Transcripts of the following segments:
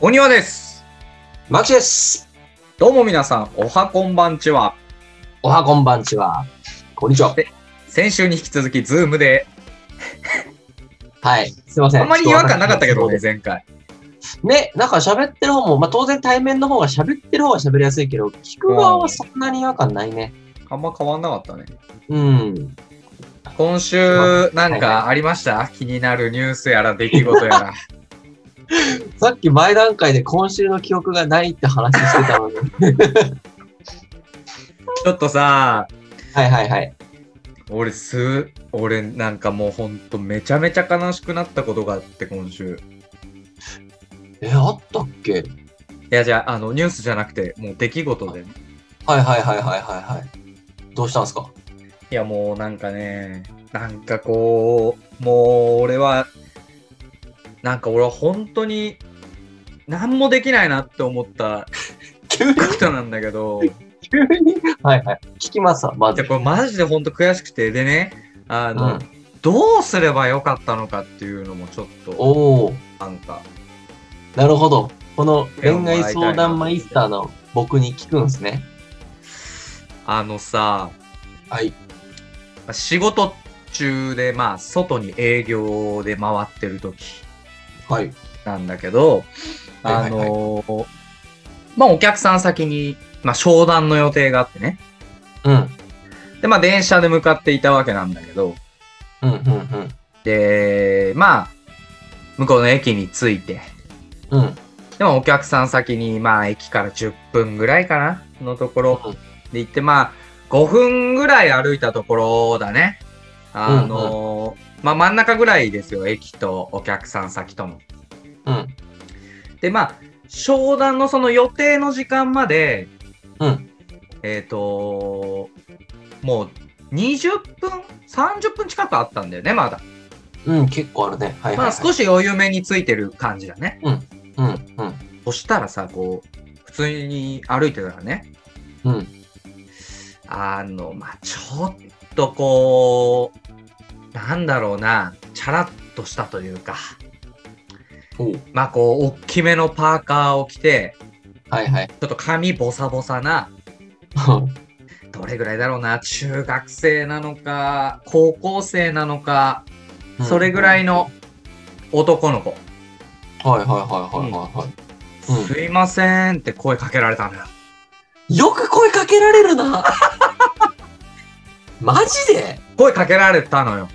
お庭です。マキです。どうも皆さん、おはこんばんちは。おはこんばんちは。こんにちは。先週に引き続き、ズームで、はい。すいません。あんまり違和感なかったけどね、。前回。ね、なんか喋ってる方も、まあ当然対面の方が喋ってる方が喋りやすいけど、聞く側はそんなに違和感ないね。あんま変わんなかったね。うん。今週、なんかありました気になるニュースやら、出来事や ら。さっき前段階で今週の記憶がないって話してたのに。 ちょっとさ、はいはいはい。俺す、俺なんかもうほんとめちゃめちゃ悲しくなったことがあって、今週。え、あったっけいや、じゃあ、あの、ニュースじゃなくて、もう出来事でね。はいはいはいはいはいはい。どうしたんですかいや、もうなんかね、なんかこう、もう俺は、なんか俺は本当に、何もできないなって思った急に人なんだけど、 急にはいはい。聞きますわ、まいやず。これマジで本当悔しくて、でね、あうの、ん。どうすればよかったのかっていうのもちょっと、おー。なんか、なるほど。この恋愛相談マイスターの僕に聞くんですね。あのさ、はい。仕事中で、まあ、外に営業で回ってる時はい。なんだけど、はあいはいはいのーまあお客さん先に、まあ商談の予定があってね。うん。で、まあ電車で向かっていたわけなんだけど、うんうんで、まあ、向こうの駅に着いて、うん。うん。でもお客さん先に、まあ駅から10分ぐらいかなのところで行って、まあ5分ぐらい歩いたところだね。あのーまあ真ん中ぐらいですよ、駅とお客さん先との。うん。で、まあ、商談のその予定の時間まで、うん。えっ、ともう20分、30分近くあったんだよね、まだ。うん。結構あるね。はいはい、まはあい。少し余裕めについてる感じだね。うん。うん。そしたらさ、こう、普通に歩いてたらね、うん。あの、まあちょっとこう、なんだろうな、チャラッとしたというか、おうまあこう、大きめのパーカーを着て、はいはい。ちょっと髪ボサボサな、どれぐらいだろうな、中学生なのか、高校生なのか、 それぐらいの。男の子、はいはいはいはいはいはうんすいませんって声かけられたのよ。い。よく声かけられるな。 マジで声かけられたのよ。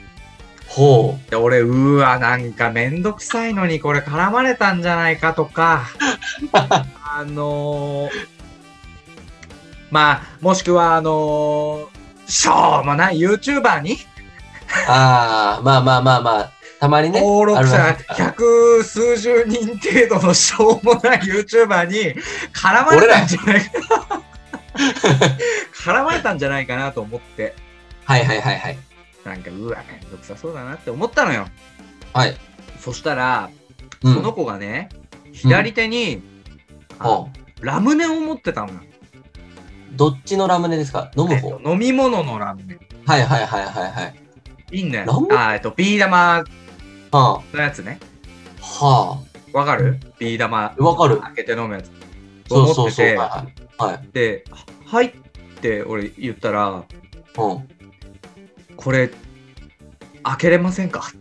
ほで、俺、うーわ、なんかめんどくさいのにこれ絡まれたんじゃないかと か、あのー、まあ、もしくは、あのー、しょうもない YouTuber にう。ああ、まあまあまあまあ。たまにね。登録あ者る百数十人程度のしょうもない YouTuber に絡まれたんじゃないか 絡まれたんじゃないかなと思ってはいはいはいはい。なんかうわめんどくさそうだなって思ったのよはい。そしたらうん。その子がね、左手に、あほラムネを持ってたのよ、うどっちのラムネですか飲むえっ方と飲み物のラムネはいはいはいはいはい。いいんだラムよあーえっとビー玉はのやつねあ。はわかるビー玉あ。わかる。開けて飲むやつそうそう思ってそう。てはいはい。はい。で「はい」って俺言ったらうん。これ開けれませんか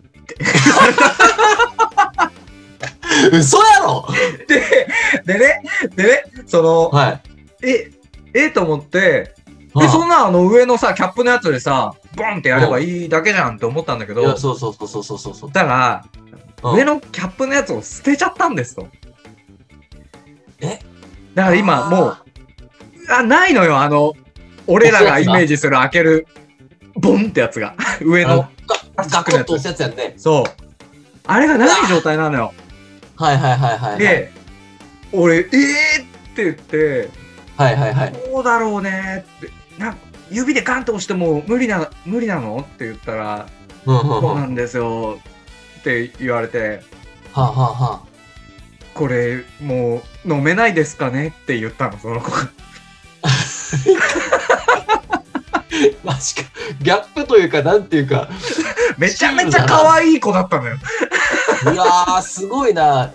嘘やろで、でね、でね、その、はい。え、えと思って、うで、んそんなあの上のさ、キャップのやつでさ、ボンってやればいいだけじゃんって思ったんだけいど、や、そしそうそうそうそうそうそうそう。たら、うん上のキャップのやつを捨てちゃったんですと。えだから今もう、あ、ないのよ、あの、俺らがイメージする開ける、ボンってやつが、 上あのの。ガガクッと押すやつやんね。そう。あれがない状態なのよ。はいはいはいはい。、で、俺、えーって言って、はいはいはい。どうだろうねって、なんか指でガンと押しても無理な無理なのって言ったら、うんうんうん。そうなはんですよって言われて、あ、はあはこれもう飲めないですかねって言ったの、その子 が。あ、マジか。ギャップというか、なんていうか。めちゃめちゃ可愛い子だったのよ。いやー、すごいな。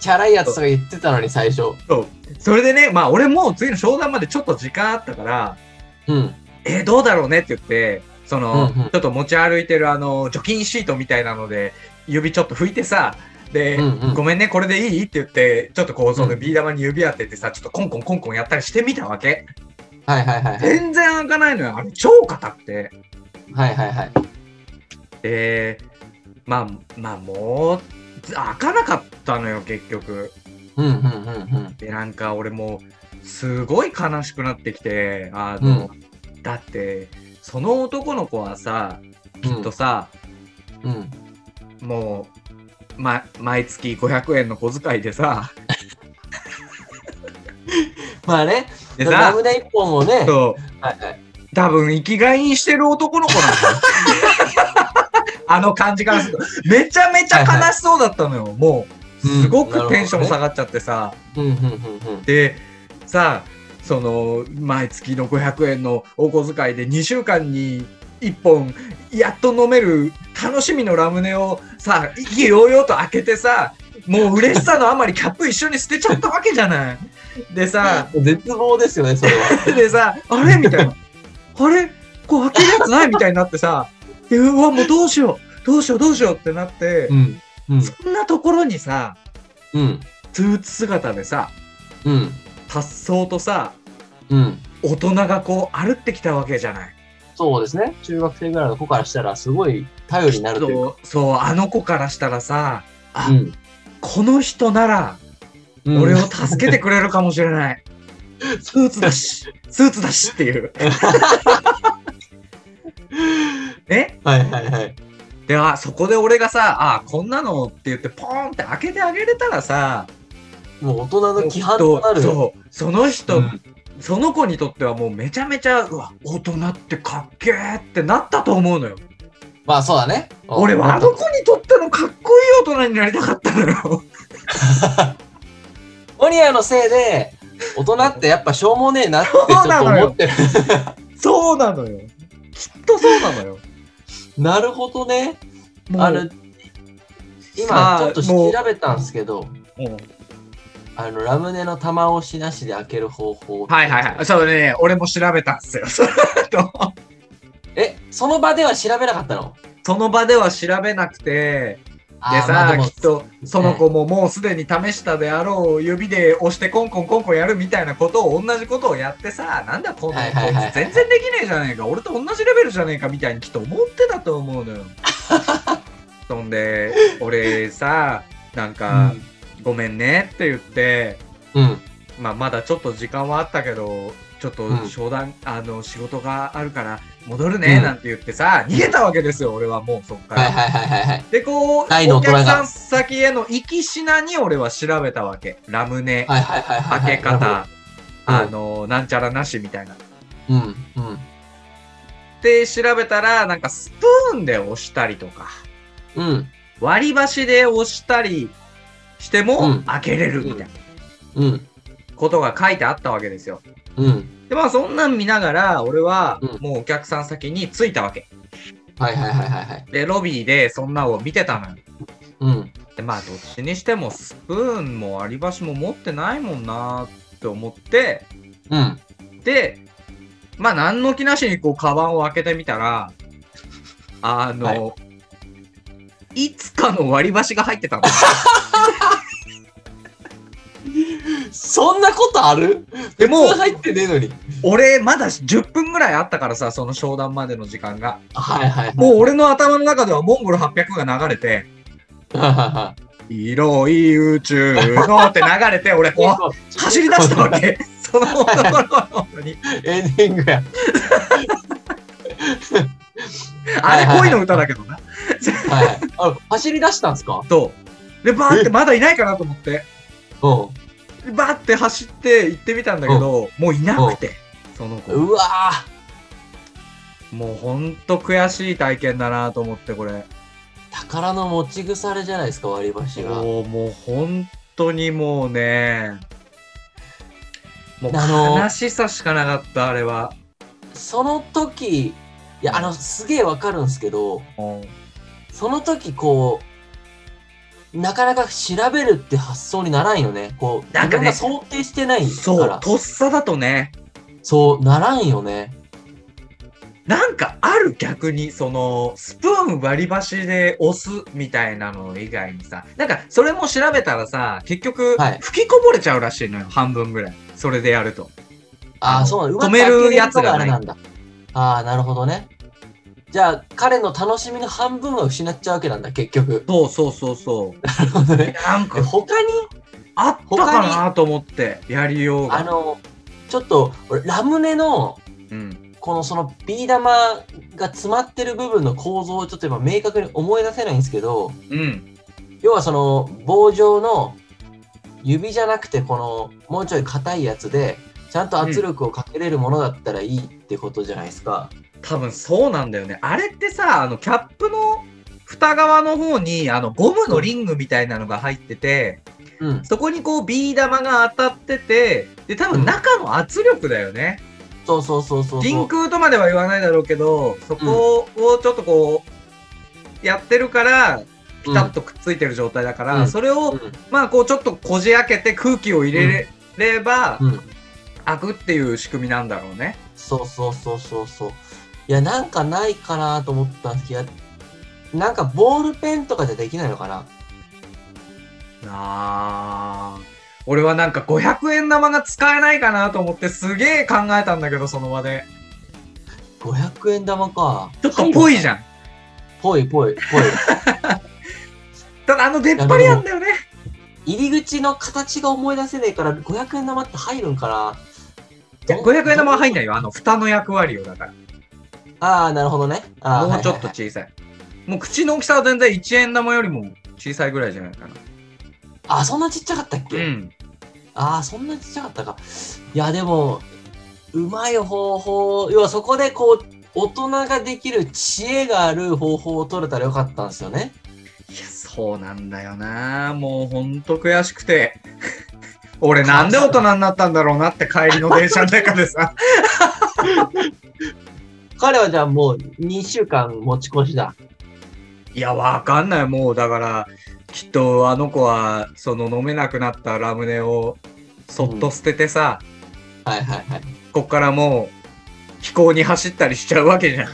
チャラいやつとか言ってたのに最初。それでね、まあ俺もう次の商談までちょっと時間あったから、うん。えーどうだろうねって言って、その、うんうんちょっと持ち歩いてるあの、除菌シートみたいなので、指ちょっと拭いてさ、で、うんうんごめんね、これでいいって言って、ちょっとこう、そのうんビー玉に指当ててさ、ちょっとコンコンコンコンやったりしてみたわけ。はいはいはいはい。全然開かないのよ。あれ、超硬くて。はいはいはい。で、まあ、まあ、もう、開かなかったのよ、結局。うんうんうんで、なんか俺もう、すごい悲しくなってきて、あの、だって、その男の子はさ、うん。ききっと。さ、うん。もう、ま、毎月500円の小遣いでさ、まあね、でラさム、ネ一本をね、はいそう、はい。多分生きがいにしてる男の子なん だよ。あの感じからすると、めちゃめちゃ悲しそうだったのよ、もう。うんすごくテンション下がっちゃってさ、うんうんうんうん。で、さ、その、毎月の500円のお小遣いで2週間に1本、やっと飲める楽しみのラムネをさ、意気揚々と開けてさ、もう嬉しさのあまりキャップ一緒に捨てちゃったわけじゃない。でさ、絶望ですよね、それは。でさ、あれみたいな。あれこう開けるやつないみたいになってさ、でうわ、もうどうしよう、どうしよう、どうし ようってなって、うん。うん。そんなところにさ、うん。スーツ姿でさ、うん。達走とさ、うん。大人がこう歩ってきたわけじゃない。そうですね。中学生ぐらいの子からしたら、すごい頼りになるというか。そうそう、あの子からしたらさ、あ、うんこの人ならうん俺を助けてくれるかもしれ ない。スーツだし、スーツだしっていう。ねはいはいはい。ではそこで俺がさあこんなのって言ってポーンって開けてあげれたらさもう大人の規範となるよ。そうその人、うんその子にとってはもうめちゃめちゃうわ大人ってかっけーってなったと思うのよまあそうだね。俺はあの子にとってのかっこいい大人になりたかったのよモニアのせいで、大人ってやっぱしょうもねえなってちょっそうなとのよ思ってる。そうなのよきっとそうなのよなるほどね。もうあの、今ちょっと調べたんですけど、もうあの、ラムネの玉押しなしで開ける方法。はいはいはい。そうね俺も調べたんすよ その後え、その場では調べなかったのその場では調べなくてあでーまあさ、もきっとその子ももうすでに試したであろう指で押してコンコンコンコンやるみたいなことを同じことをやってさなんだこの、はいはいはいこいつ全然できねえじゃねえか俺と同じレベルじゃねえかみたいにきっと思ってたと思う のよ。そんで俺さなんか、ごめんね」って言って、うん。うん。まあ、まだちょっと時間はあったけどちょっと商談、あの仕事があるから戻るねうんなんて言ってさ、逃げたわけですよ俺はもうそっから。はいはいはいはいはい。で、こう、お大の大人が客さん先への行きしなに俺は調べたわけ。ラムネ、はいはいはいはい。開け方、なあるほど。の、なんちゃらなしみたいな。うん。うん。うんで、調べたら、なんかスプーンで押したりとか、うん。割り箸で押したりしてうもん開けれるみたいなうん。ことが書いてあったわけですよ。うん。で、まあそんなん見ながら、俺はうんもうお客さん先に着いたわけ。はいはいはいはいはい。で、ロビーでそんなを見てたのよ。うん。で、まあどっちにしてもスプーンも割り箸も持ってないもんなーって思って、うん。で、まあ、何の気なしにこう、カバンを開けてみたら、あの、い、つかの割り箸が入ってた の。そんなことあるでも普通入ってねえのに。俺、まだ10分ぐらいあったからさ、その商談までの時間が。はいはいはい。もう俺の頭の中ではモンゴル800が流れて、 は広い宇宙のって流れて、俺、こう、走り出したわ け。その男の子に。エンディングや。あはいれ、はいはい恋の歌だけどな。はい。あ走り出したんすかと。で、バーってまだいないかなと思って。うバーって走って行ってみたんだけど、もういなくて、そのん。子。うわーもうほんと悔しい体験だなと思って、これ。宝の持ち腐れじゃないですか、割り箸が。もう、もう本当にもうね、もうあの悲しさしかなかった、あれは。その時、いや、あの、すげえわかるんすけど、もその時こう、なかなか調べるって発想にならんよね。こう、ななんかかねね、想定してないかそうら。とっさだとねそう、ならんよね。なんかある逆にそのスプーン割り箸で押すみたいなの以外にさなんかそれも調べたらさ結局はい吹きこぼれちゃうらしいのよ半分ぐらいそれでやるとあああ、そうなんだ。止めるやつがないあれなんだ。ああ、なるほどね。じゃあ、彼の楽しみの半分は失っちゃうわけなんだ、結局。そうそうそうそうなるほ どね。なんか他に、あったかなと思ってやりようがあの、ちょっと、俺ラムネの、うんこのそのビー玉が詰まってる部分の構造をちょっと今明確に思い出せないんですけど、うん要はその棒状の指じゃなくてこのもうちょい硬いやつでちゃんと圧力をかけれるものだったらいいってことじゃないですか。多分そうなんだよねあれってさあのキャップの蓋側の方にあのゴムのリングみたいなのが入ってて、うん、そこにこうビー玉が当たってて、で、多分中の圧力だよね。そうそうそうそうそ銀う。空とまでは言わないだろうけど、そこをちょっとこう、やってるから、ピタッとくっついてる状態だから、うんそれを、うんまあこうちょっとこじ開けて空気を入れれば、うん、開くっていう仕組みなんだろうね。そうそうそうそうそう。いやなんかないかなと思ったんですけどいやなんかボールペンとかじゃできないのかなあー。俺はなんか500円玉が使えないかなと思ってすげえ考えたんだけど、その場で。 500円玉か。ちょっとぽいじゃん。ゃん。ぽいぽいぽい。ただあの出っ張りなんだよね。入り口の形が思い出せないから500円玉って入るんかなじゃあ500円玉は入んないよ。あの、蓋の役割をだから。ああ、なるほどね。あーもうちょっとはいはいは小いさい。もう口の大きさは全然1円玉よりも小さいぐらいじゃないかな。あ、そんなちっちゃかったっうけ、ん。ああ、そんなちっちゃかったか。いや、でも、うまい方法、要はそこでこう、大人ができる知恵がある方法を取れたらよかったんですよね。いや、そうなんだよな。もうほんと悔しくて。 俺なんで大人になったんだろうなって帰りの電車の中でさ。彼はじゃあもう2週間持ち越しだ。いや、わかんない。もうだから、きっとあの子は、その飲めなくなったラムネをそっと捨ててさ、はいはいはい。こっからもう飛行に走ったりしちゃうわけじゃん。 い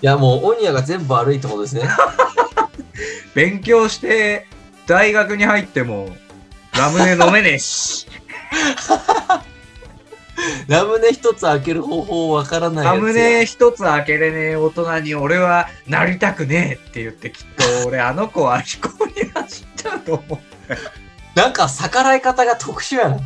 や、もうオニアが全部悪いってこ とですね。勉強して大学に入ってもラムネ飲めねえ しラムネ一つ開ける方法わからないやラつムネ一つ開けれねえ大人に俺はなりたくねえって言ってきっと俺あの子は飛行に走っちゃうと 思なんか逆らい方が特殊やな。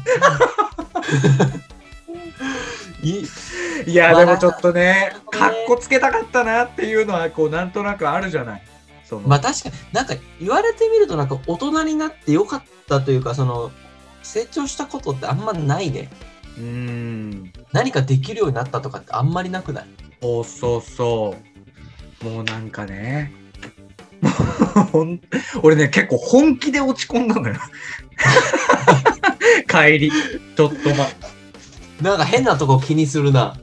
いいういやでもちょっとねまかあっこつけたかったなっていうのはこうなんとなくあるじゃないその、まあ確かになんか言われてみるとなんか大人になってよかったというかその成長したことってあんまないねうーん何かできるようになったとかってあんまりなくないそうそうそうもうなんかね もうほん俺ね結構本気で落ち込んだのよ 帰りちょっとまなんか変なとこ気にするな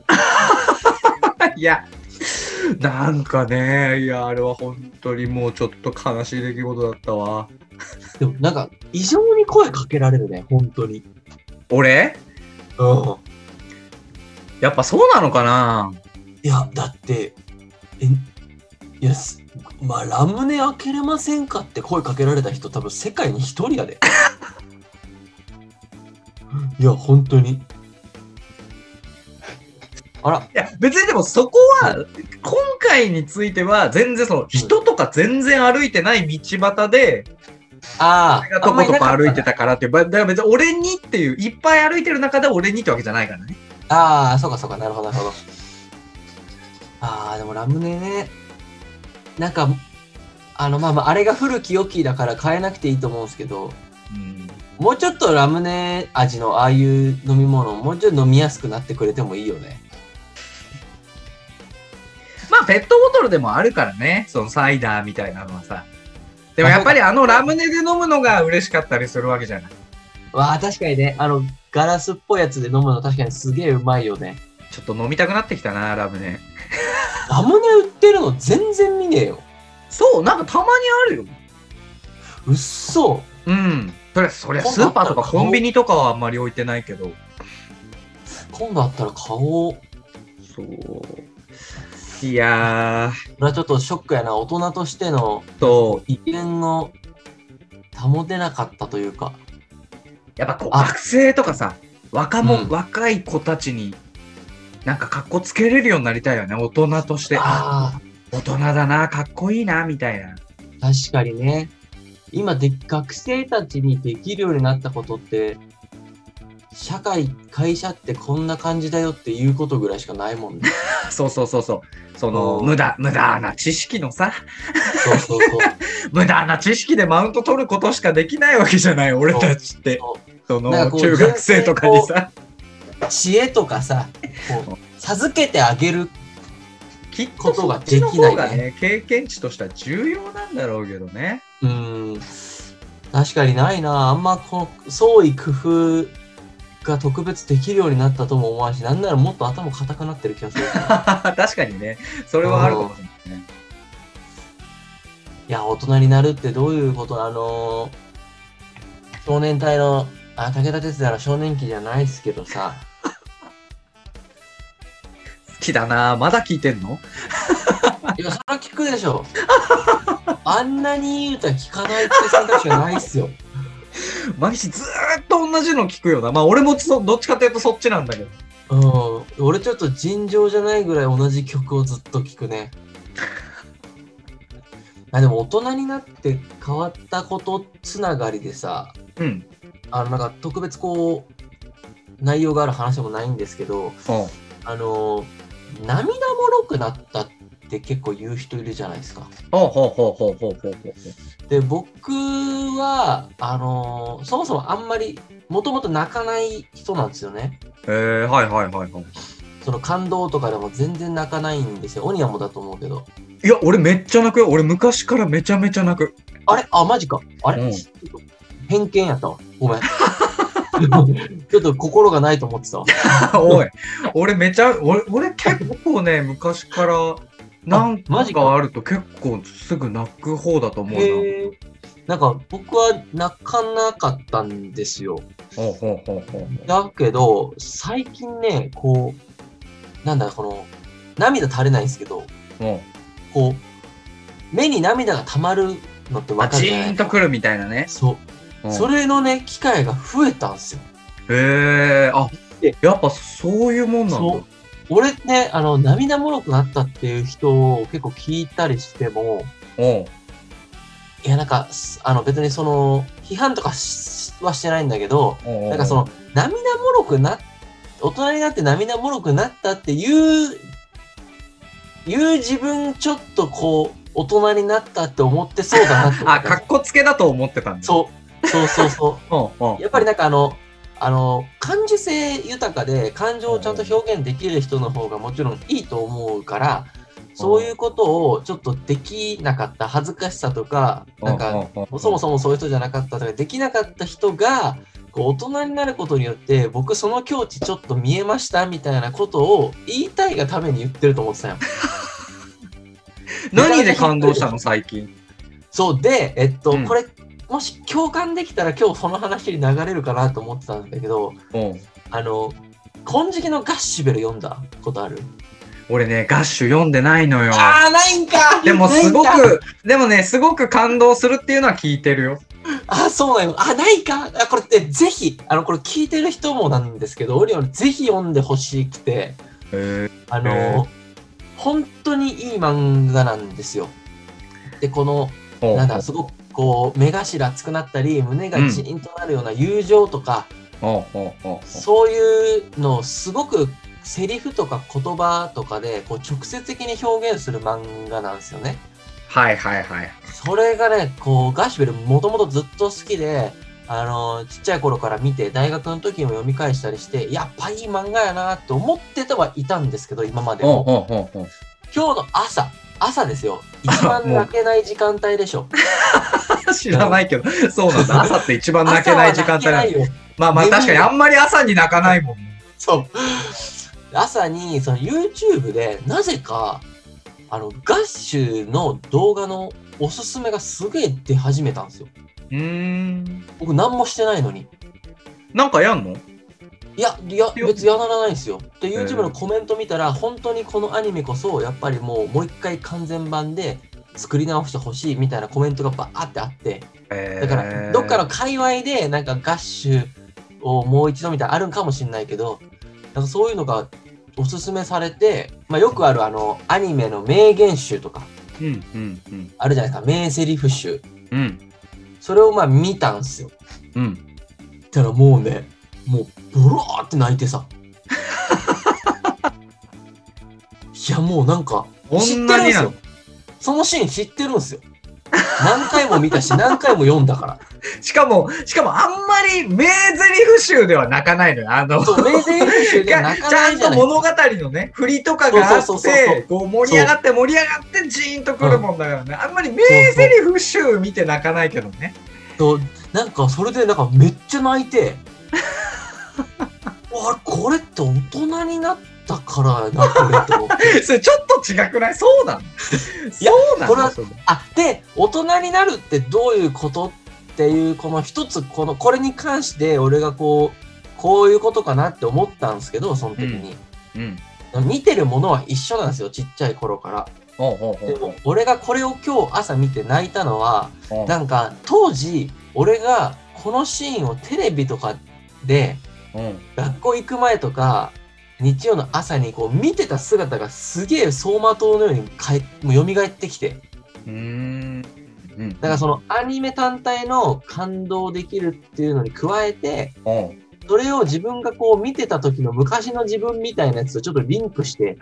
いや、なんかね、いや、あれは本当にもうちょっと悲しい出来事だったわ。でもなんか異常に声かけられるね本当に俺うんやっぱそうなのかないやだってえいやすまあラムネ開けれませんかって声かけられた人多分世界に一人 やでいや本当にあらいや、別にでもそこは、今回については、全然その、人とか全然歩いてない道端で、あ俺があ、とことこ歩いてた。たからっていう、ばだから別に俺にっていう、いっぱい歩いてる中で俺にってわけじゃないからね。ああ、そうかそうか、なるほど、なるほど。ああ、でもラムネね、なんか、あの、まあまあ、あれが古き良きだから変えなくていいと思うんですけど、うん。もうちょっとラムネ味のああいう飲み物、もうちょい飲みやすくなってくれてもいいよね。まあ、ペットボトルでもあるからね、そのサイダーみたいなのはさ。でもやっぱりあのラムネで飲むのが嬉しかったりするわけじゃないわあ、確かにね、あの、ガラスっぽいやつで飲むの確かにすげえうまいよね。ちょっと飲みたくなってきたな、ラムネ。ラムネ売ってるの全然見ねえよ。そう、なんかたまにあるよ。うっそうん。それ、そりゃスーパーとかコンビニとかはあんまり置いてないけど。今度あったら買おう。そう。いやこれはちょっとショックやな。大人としてのー、そう。威厳の保てなかったというか。やっぱこうあ学生とかさ、若も、うん若い子たちに、なんかかっこつけれるようになりたいよね、大人として。ああ大人だな、かっこいいな、みたいな。あ、確かにね。今で、学生たちにできるようになったことって、社会、会社ってこんな感じだよっていうことぐらいしかないもんね。そうそうそうそう。その、うん無駄、無駄な知識のさ、 そうそうそう。無駄な知識でマウント取ることしかできないわけじゃない、俺たちってそ。そなんの、かこう中学生とかにさ、知恵とかさ、こう、授けてあげる。きっこととそがっちのできない方ねがね、経験値としては重要なんだろうけどね。うーん。確かにないな。あんまこの創意工夫が特別できるようになったとも思わんし、なんならもっと頭固くなってる気がする。確かにね、それはあるかもしれないね。いや、大人になるってどういうことあのー少年隊の、あ、武田鉄矢の少年期じゃないですけどさ、好きだな、まだ聞いてんのいや、それは聞くでしょ。あんなにいい歌聞かないって選択肢はないっすよ。毎日ずーっと同じの聞くよな。まあ俺もそどっちかというとそっちなんだけど。うん。俺ちょっと尋常じゃないぐらい同じ曲をずっと聞くね。あでも大人になって変わったことつながりでさ、うん。あのなんか特別こう、内容がある話でもないんですけど、おうあの涙もろくなったって結構言う人いるじゃないですか。ほうほうほうほうほうほうほう。で僕はあのそもそもあんまりもともと泣かない人なんですよね。えー、はいはいはいはい。その感動とかでも全然泣かないんですよ。オニアもだと思うけど。いや、俺めっちゃ泣くよ。俺昔からめちゃめちゃ泣く。あれあ、マジか。あれ、うんちょっと偏見やったわ。ごめん。 ちょっと心がないと思ってたわ。 おい、俺めちゃ、俺俺結構ね、昔から、なんマジかかあると結構すぐ泣く方だと思うな。へーなんか僕は泣かなかったんですよ。ほうほうほうほうだけど、最近ね、こう、なんだろう、この、涙垂れないんですけど、ほう。こう、目に涙が溜まるのってあ、分かるジじゃないーンとくるみたいなね。そう。うんそれのね、機会が増えたんですよ。へえー、あで、やっぱそういうもんなんだ。そう。俺ね、あの、涙もろくなったっていう人を結構聞いたりしても、おういや、なんか、すあの、別にその、批判とかしはしてないんだけど、おうおうなんかその、涙もろくな、大人になって涙もろくなったっていう、いう自分ちょっとこう、大人になったって思ってそうだなって 思あ、ったかっこつけだと思ってたんだ。そう、そうそうそうんうん う。やっぱりなんかあの、あの、感受性豊かで感情をちゃんと表現できる人の方がもちろんいいと思うから、そういうことをちょっとできなかった恥ずかしさとか、なんかそもそもそういう人じゃなかったとかできなかった人がこう大人になることによって僕その境地ちょっと見えましたみたいなことを言いたいがために言ってると思ってたよ。何で感動したの最近そうで、えっと、うんこれもし共感できたら今日その話に流れるかなと思ってたんだけどうんあの金色のガッシュベル読んだことある俺ねガッシュ読んでないのよあーないんかでもすごないんかくでもねすごく感動するっていうのは聞いてるよあそうなのあないかあこれってぜひあのこれ聞いてる人もなんですけどオリオンぜひ読んでほしくて。へあへーの、本当にいい漫画なんですよ。で、この、えなんだ、すごくこう、目頭熱くなったり、胸がチーンとなるような友情とか、ほうほうほうそういうのをすごくセリフとか言葉とかで、こう、直接的に表現する漫画なんですよね。はいはいはいそれがね、こう、ガシュベルもともとずっと好きで、あの、ちっちゃい頃から見て、大学の時も読み返したりして、やっぱいい漫画やなと思ってたはいたんですけど、今までも。ほうほうほうほう今日の朝、朝ですよ。一番泣けない時間帯でしょ。知らないけどそうなん だ朝って一番 泣けない時間帯朝はなん泣けだないよ。まあまあ確かにあんまり朝に泣かないもんそう。朝に、その YouTube で、なぜか、あの、ガッシュの動画のおすすめがすげえ出始めたんですよ。うーん。僕何もしてないのに。なんかやんのいや、いや、よ別にやらないんですよ。で、ー YouTube のコメント見たら、本当にこのアニメこそ、やっぱりもう、もう一回完全版で作り直してほしいみたいなコメントがバーってあって、えーだから、どっかの界隈で、なんかガッシュをもう一度みたいなのあるんかもしれないけど、なんかそういうのがおすすめされて、まあ、よくあるあの、アニメの名言集とか、うんうんうん。あるじゃないですか、名セリフ集。うんそれをまあ見たんすよ。うん。ったらもうねもうボローって泣いて さいやもうなんかこ知ってんるなんにすなよそのシーン知ってるんすよ何回も見たし何回も読んだからしかも、しかもあんまり名台詞集では泣かないのよ。あの、そう名前編集では泣かちゃないんじゃとない物語のね、振りとかがあっそうそうそうそうて、こう盛り上がって盛り上がってジーンとくるもんだからね。あんまり名台詞集見て泣かないけどね。となんかそれでなんかめっちゃ泣い てわこれって大人になったからやなこれって思ってそれちょっと違くないそうなのいやそうなこれはのそれあで大人になるってどういうことっていうこの一つこのこれに関して俺がこうこういうことかなって思ったんですけどその時に、うん。見てるものは一緒なんですよちっちゃい頃からほうほうほでうほも俺がこれを今日朝見て泣いたのはう。なんか当時俺がこのシーンをテレビとかでうん学校行く前とか日曜の朝にこう見てた姿がすげえ走馬灯のようにかえもう蘇ってきてうーん。うん。だからそのアニメ単体の感動できるっていうのに加えて、うん。それを自分がこう見てた時の昔の自分みたいなやつとちょっとリンクして、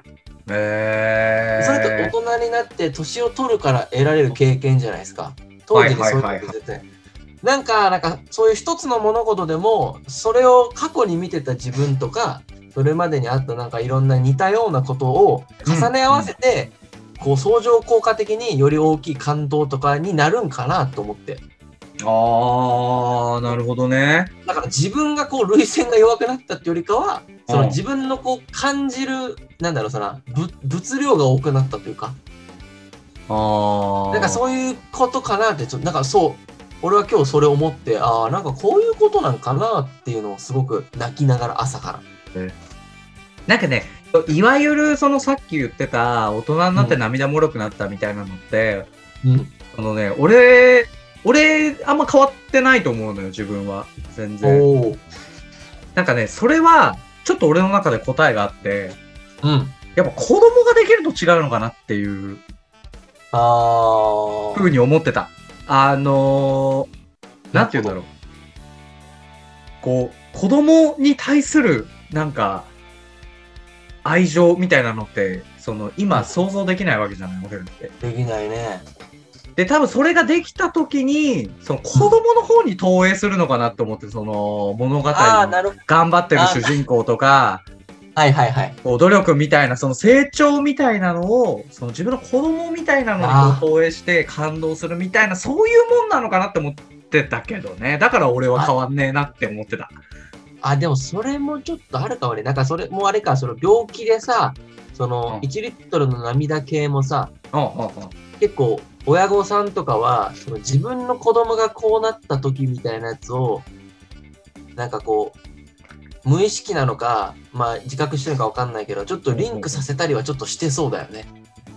えー。それと大人になって年を取るから得られる経験じゃないですか。当時にそういうのって絶対。なんか、なんかそういう一つの物事でも、それを過去に見てた自分とか、それまでにあったなんかいろんな似たようなことを重ね合わせて、こう相乗効果的により大きい感動とかになるんかなと思って。あー、なるほどね。だから自分がこう涙腺が弱くなったってよりかは、そうんの自分のこう感じる、なんだろう、そのぶ物量が多くなったというか、あー。なんかそういうことかなって、ちょっとなんかそう、俺は今日それ思って、ああ、なんかこういうことなんかなっていうのをすごく泣きながら朝から。なんかね、いわゆるそのさっき言ってた大人になって涙もろくなったみたいなのって、うん。あのね、俺、俺、あんま変わってないと思うのよ、自分は。全然。おお。なんかね、それは、ちょっと俺の中で答えがあって、うん。やっぱ子供ができると違うのかなっていうああ。ふうに思ってた。あのー、なんて言うんだろう。こう、子供に対する、なんか、愛情みたいなのって、その、今想像できないわけじゃない、俺らって。できないね。で多分それができた時にその子供の方に投影するのかなと思ってその物語のああ、なるほど。頑張ってる主人公とかはいはいはい。こう努力みたいなその成長みたいなのをその自分の子供みたいなのにこう投影して感動するみたいなそういうもんなのかなって思ってたけどねだから俺は変わんねえなって思ってた。あ、でもそれもちょっとあるかもね。なんかそれもうあれか、その病気でさ、そのうん1リットルの涙系もさ、うんうんうん結構親御さんとかは、その自分の子供がこうなった時みたいなやつを、なんかこう、無意識なのか、まあ自覚してるのかわかんないけど、ちょっとリンクさせたりはちょっとしてそうだよね。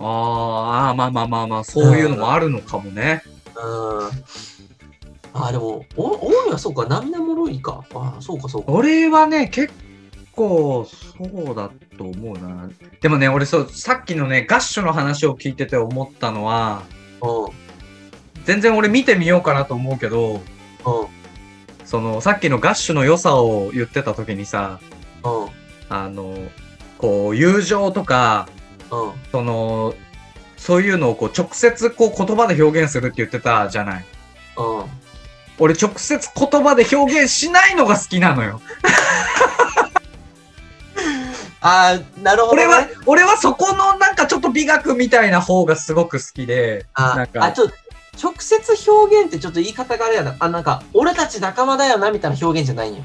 あーあーまあまあまあまあそういうのもあるのかもね。うん。あ、でも、お、多いはそうか、涙もろいか。あ、そうかそうか。俺はね、結構そうだと思うな。でもね、俺そう、さっきのね、ガッシュの話を聞いてて思ったのは、うん。全然俺見てみようかなと思うけど、うその、さっきのガッシュの良さを言ってた時にさ、ん。うん。あの、こう、友情とか、うん。その、そういうのをこう直接こう言葉で表現するって言ってたじゃない。うん。俺直接言葉で表現しないのが好きなのよ。あー、なるほど、ね。俺は、俺はそこのなんかちょっと美学みたいな方がすごく好きで、なあん、かあちょっと直接表現ってちょっと言い方があれやな。あ、なんか、俺たち仲間だよな、みたいな表現じゃないんよ。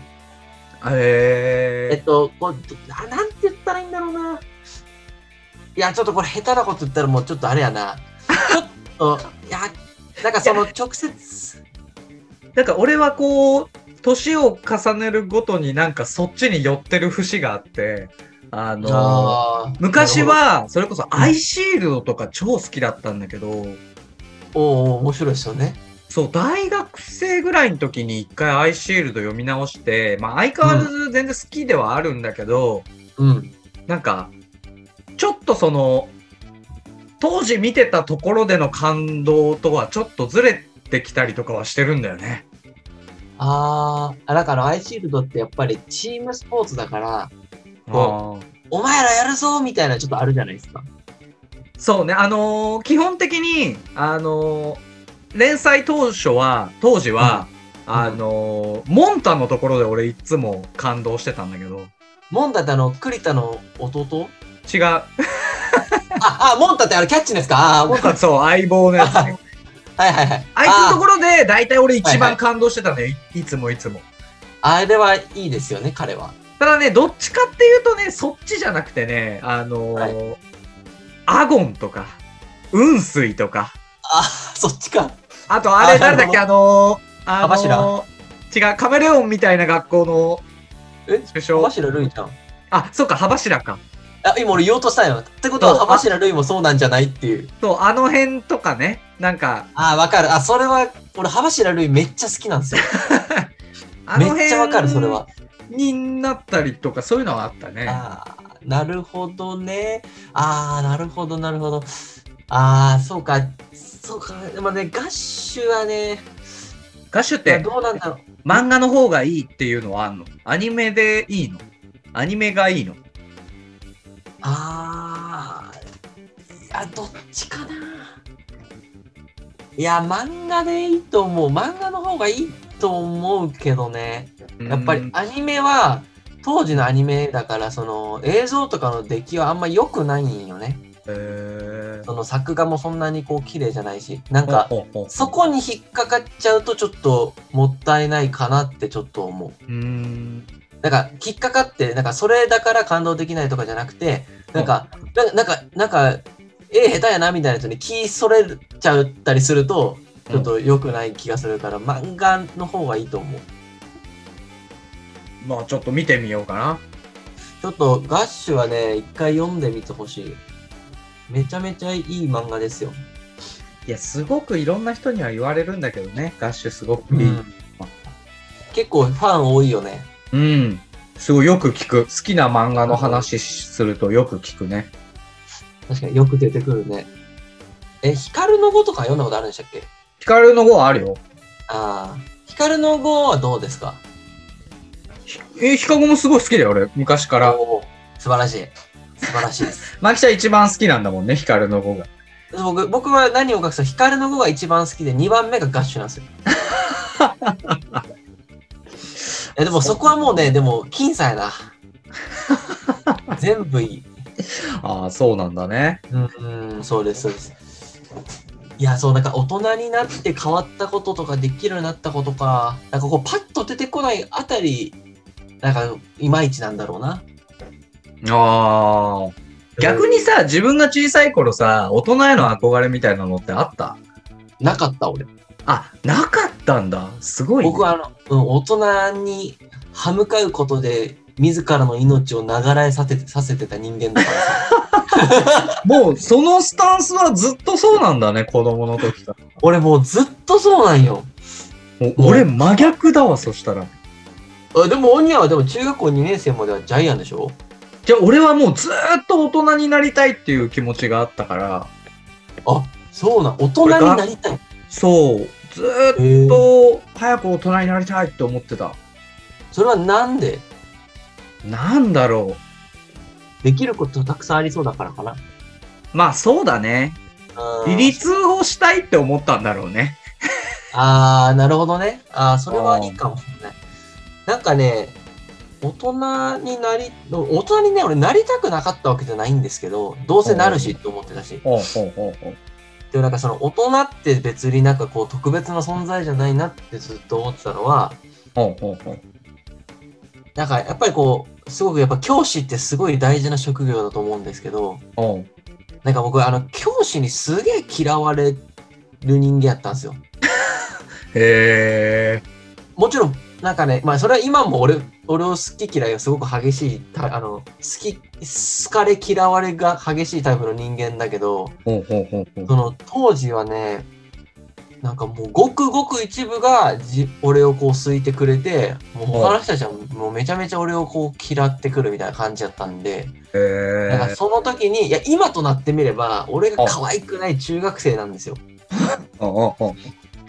ええっと、こう、あなんて言ったらいいんだろうな。いや、ちょっとこれ下手なこと言ったらもうちょっとあれやな。ちょっと、いや、なんかその直接、なんか俺はこう、年を重ねるごとになんかそっちに寄ってる節があって、あのあー昔、は、それこそアイシールドとか超好きだったんだけど、なるほどおうおう面白いですよね。そう、大学生ぐらいの時に一回アイシールド読み直して、まあ相変わらず全然好きではあるんだけど、うん。なんか、ちょっとその、当時見てたところでの感動とはちょっとずれてきたりとかはしてるんだよね。あーあ、だからアイシールドってやっぱりチームスポーツだから、ああお前らやるぞみたいなちょっとあるじゃないですか。そうね、あのー基本的に、あのー連載当初は、当時は、んあのーモンタのところで俺いつも感動してたんだけど、モンタってあの、栗田の弟違 う。あ、あ、モンタってあれキャッチですかあー、モンそう、相棒のやつね、タ。はいはいはい。あいつのところで、大体俺は一いは番い感動してたね、いいつもいつも。あーあれはいいですよね、彼は。ただね、どっちかっていうとね、そっちじゃなくてね、あのーアゴンとか、雲水とか、あー、そっちか。あとあれあ誰だっけ、あのー、あ羽柱のー違う、カメレオンみたいな学校のえ首羽相。柱るいじゃん。あ、そうか、羽柱か。あ、今俺言おうとしたよ。ってことはそう羽柱るいもそうなんじゃないっていう。そう、あの辺とかね、なんか、あー、わかる。あ、それは、俺羽柱るいめっちゃ好きなんですよ。あのめっちゃわかる、それは。になったりとか、そういうのはあったね。あーなるほどね。ああ、なるほど、なるほど。ああ、そうか。そうか。でもね、ガッシュはね、歌手っいやてどうなんだろう。漫画の方がいいっていうのはあんのアニメでいいのアニメがいいのあーいや、どっちかな。いや、漫画でいいと思う。漫画の方がいいと思うけどね。やっぱうりんアニメは、当時のアニメだから、その映像とかの出来はあんま良くないんよね。へーその作画もそんなにこう綺麗じゃないし。なんか、ほうほうほうそこに引っかかっちゃうとちょっともったいないかなってちょっと思う。うーんなんか引っかかって、なんかそれだから感動できないとかじゃなくて、なんか、ななんか、なんか、絵下手やなみたいな人に気それちゃったりすると、ちょっと良くない気がするから、漫画の方がいいと思う。まあちょっと見てみようかなちょっとガッシュはね、一回読んでみてほしい。めちゃめちゃいい漫画ですよ。いやすごくいろんな人には言われるんだけどねガッシュすごくいい結構ファン多いよね。うん、すごいよく聞く好きな漫画の話するとよく聞くね確かによく出てくるね。え、ヒカルの語とか読んだことあるんでしたっけヒカルの語あるよああ。ヒカルの語はどうですかひえヒカゴもすごい好きだよ俺昔からおー素晴らしい。素晴らしいです。 マキちゃん一番好きなんだもんねヒカルの語が僕僕は何を隠すと、ヒカルの語が一番好きで、2番目がガッシュなん ですよ。えでもそこはもうね、でも、僅差や な。全部いい。ああそうなんだねうーん、そうです、そうです。いや、そう、なんか大人になって変わったこととかできるようになったことか、なんかこう、パッと出てこないあたり、なんか、いまいちなんだろうな。ああ逆にさ、自分が小さい頃さ、大人への憧れみたいなのってあったなかった、俺。あ、なかったんだ。すごい、ね。僕はあの、うん、大人に歯向かうことで、自らの命を流れさせてさせてた人間だから さ。もう、そのスタンスはずっとそうなんだね、子供の時 から。俺もうずっとそうなんよ。お俺、真逆だわ、そしたら。あでも、オニアはでも中学校2年生まではジャイアンでしょじゃあ、俺はもうずーっと大人になりたいっていう気持ちがあったから、そうなん、大人になりたい。そう、ずーっえと早く大人になりたいって思ってた。それはなんでなんだろできることたくさんありそうだからかな。う。まあ、そうだね。うん離立をしたいって思ったんだろうね。あー、なるほどね。あー、それはいいかもしれない。なんかね、大人になり、大人にね、俺なりたくなかったわけじゃないんですけど、どうせなるしと思ってたし。ほうほうほうほう。でもなんかその大人って別になんかこう特別な存在じゃないなってずっと思ってたのは、ほうほうほう。なんかやっぱりこう、すごくやっぱ教師ってすごい大事な職業だと思うんですけど、ほうなんか僕あの教師にすげえ嫌われる人間やったんですよ。へえ。もちろん、なんかね、まあそれは今も俺俺を好き嫌いがすごく激しいタイ、あの、好き、好かれ嫌われが激しいタイプの人間だけど、ほうほうほうほう。その当時はね、なんかもうごくごく一部がじ俺をこう好いてくれて、もう他の人たちはもうめちゃめちゃ俺をこう嫌ってくるみたいな感じだったんで、へなんかえ。その時に、いや今となってみれば、俺が可愛くない中学生なんですよ。ほうほうほう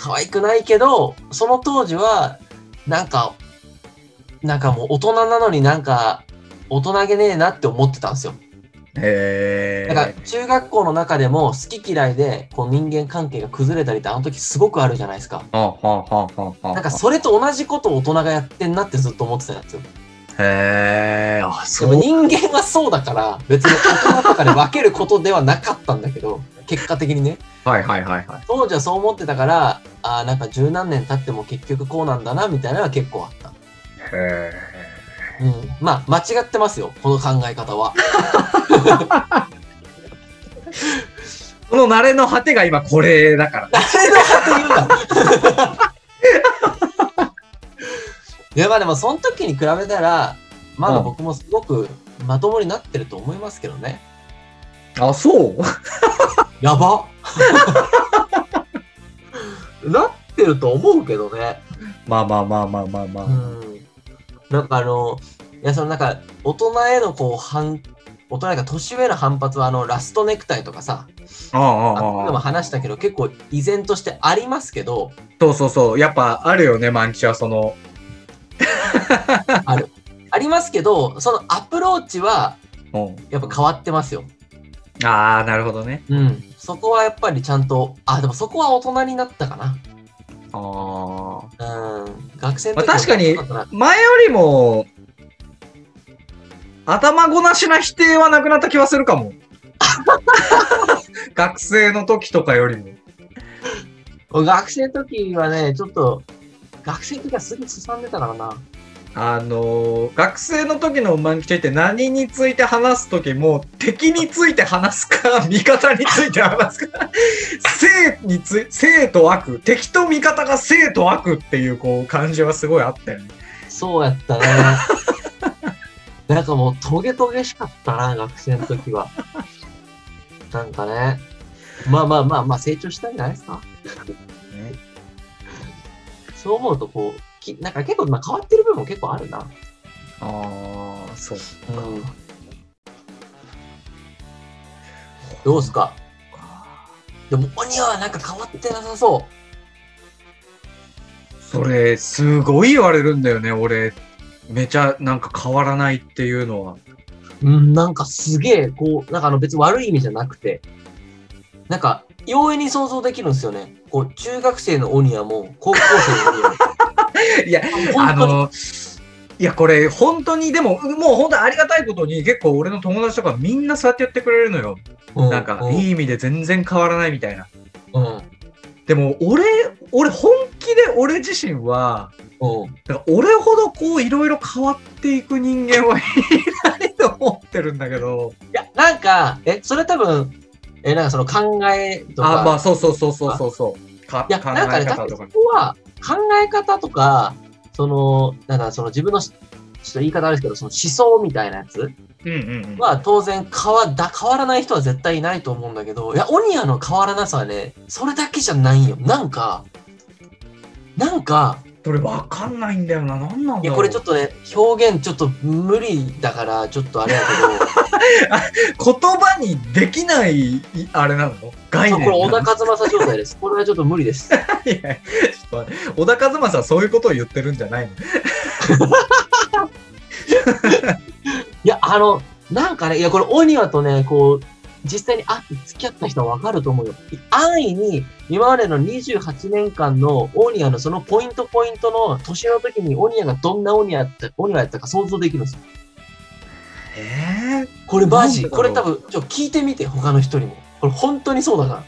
可愛くないけどその当時はなんかなんかもう大人なのになんか大人げねえなって思ってたんですよ。へだからえ。中学校の中でも好き嫌いでこう人間関係が崩れたりってあの時すごくあるじゃないですか。ほうほうほうほうほう。なんかそれと同じことを大人がやってんなってずっと思ってたんですよ。へえ。あ、でそもう。人間はそうだから別に大人とかで分けることではなかったんだけど結果的にね。はいはいはいはい。当時はそう思ってたからあーなんか十何年経っても結局こうなんだなみたいなのは結構あった。へうん、まあ間違ってますよこの考え方 はえ。この慣れの果てが今これだから。 誰のこと言うないやまあでもその時に比べたらまだ僕もすごくまともになってると思いますけどねあ、そう やば なってると思うけどねまあまあまあまあまあまあ。うんなんかあのいやそのなんか大人へのこう反大人が年上の反発はあのラストネクタイとかさあああああ今あもあ話したけど結構依然としてありますけどそうそうそう。やっぱあるよね、マンチはその。ありますけどそのアプローチはうんやっぱ変わってますよ。ああ、なるほどね。うん。そこはやっぱりちゃんと、あ、でもそこは大人になったかああ。な。うん。学生のまあ確かに大人だった前よりも、頭ごなしな否定はなくなった気はするかも。学生の時とかよりも。な学生の時はね、ちょっと、学生の時はすぐすさんでたからな。あのー学生の時の満吉って何について話す時も敵について話すか味方について話すか正につい正と悪敵と味方が正と悪っていうこう感じはすごいあったよね。そうや ったね。なんかもうトゲトゲしかったな、学生の時は。なんかね。まあまあまあまあ成長したんじゃないですか。そう思うとこう、きなんか結構、まあ、変わってる部分も結構あるな。ああそううん。どうすかでも、鬼はなんか変わってなさそそれすごい言われるんだよね俺めちゃなんか変わらないっていうのは。う。うん、なんかすげえ、こう、なんかあの別に悪い意味じゃなくて、なんか、容易に想像できるんですよね。こう、中学生の鬼はもう、高校生の鬼はも う。いや、あ本当に。のいやこれ本当にでももう本当にありがたいことに結構俺の友達とかみんなそうやってやってくれるのよ。うなんか、ういい意味で全然変わらないみたいな。うん。でも、俺、俺、本気で俺自身は、うん。だから俺ほどこう、いろいろ変わっていく人間はいないと思ってるんだけど。いや、なんか、え、それ多分、え、なんかその考えとか。あ、まあ、そうそうそうそうそうそう。かいや、考なんかえね、多方分とそか。こは考え方とか、その、なんだ、その自分のし、ちょっと言い方あるんですけど、その思想みたいなやつうんうんうん。は当然変わだ変わらない人は絶対いないと思うんだけど、いや、オニアの変わらなさはね、それだけじゃないよ。なんか、なんか、それわかんないんだよな。なんなんいだや、ろう。これちょっとね、表現ちょっと無理だから、ちょっとあれだ言葉にできない、いあれなのけ概ど、念これ小な田の和正状態です。これはちょっと無理です。いや、ちょっと待 って小田和正はそういうことを言ってるんじゃないのいや、あの、なんかね、いや、これ、オニワとね、こう、実際に会って付き合った人はわかると思うよ。安易に、今までの28年間のオニワのそのポイントポイントの年の時にオニワがどんなオニワやったオニワやったか想像できるんですよ。えこれマジ、なんでだろこれう多分、ちょ、聞いてみて、他の人にも。これ本当にそうだから。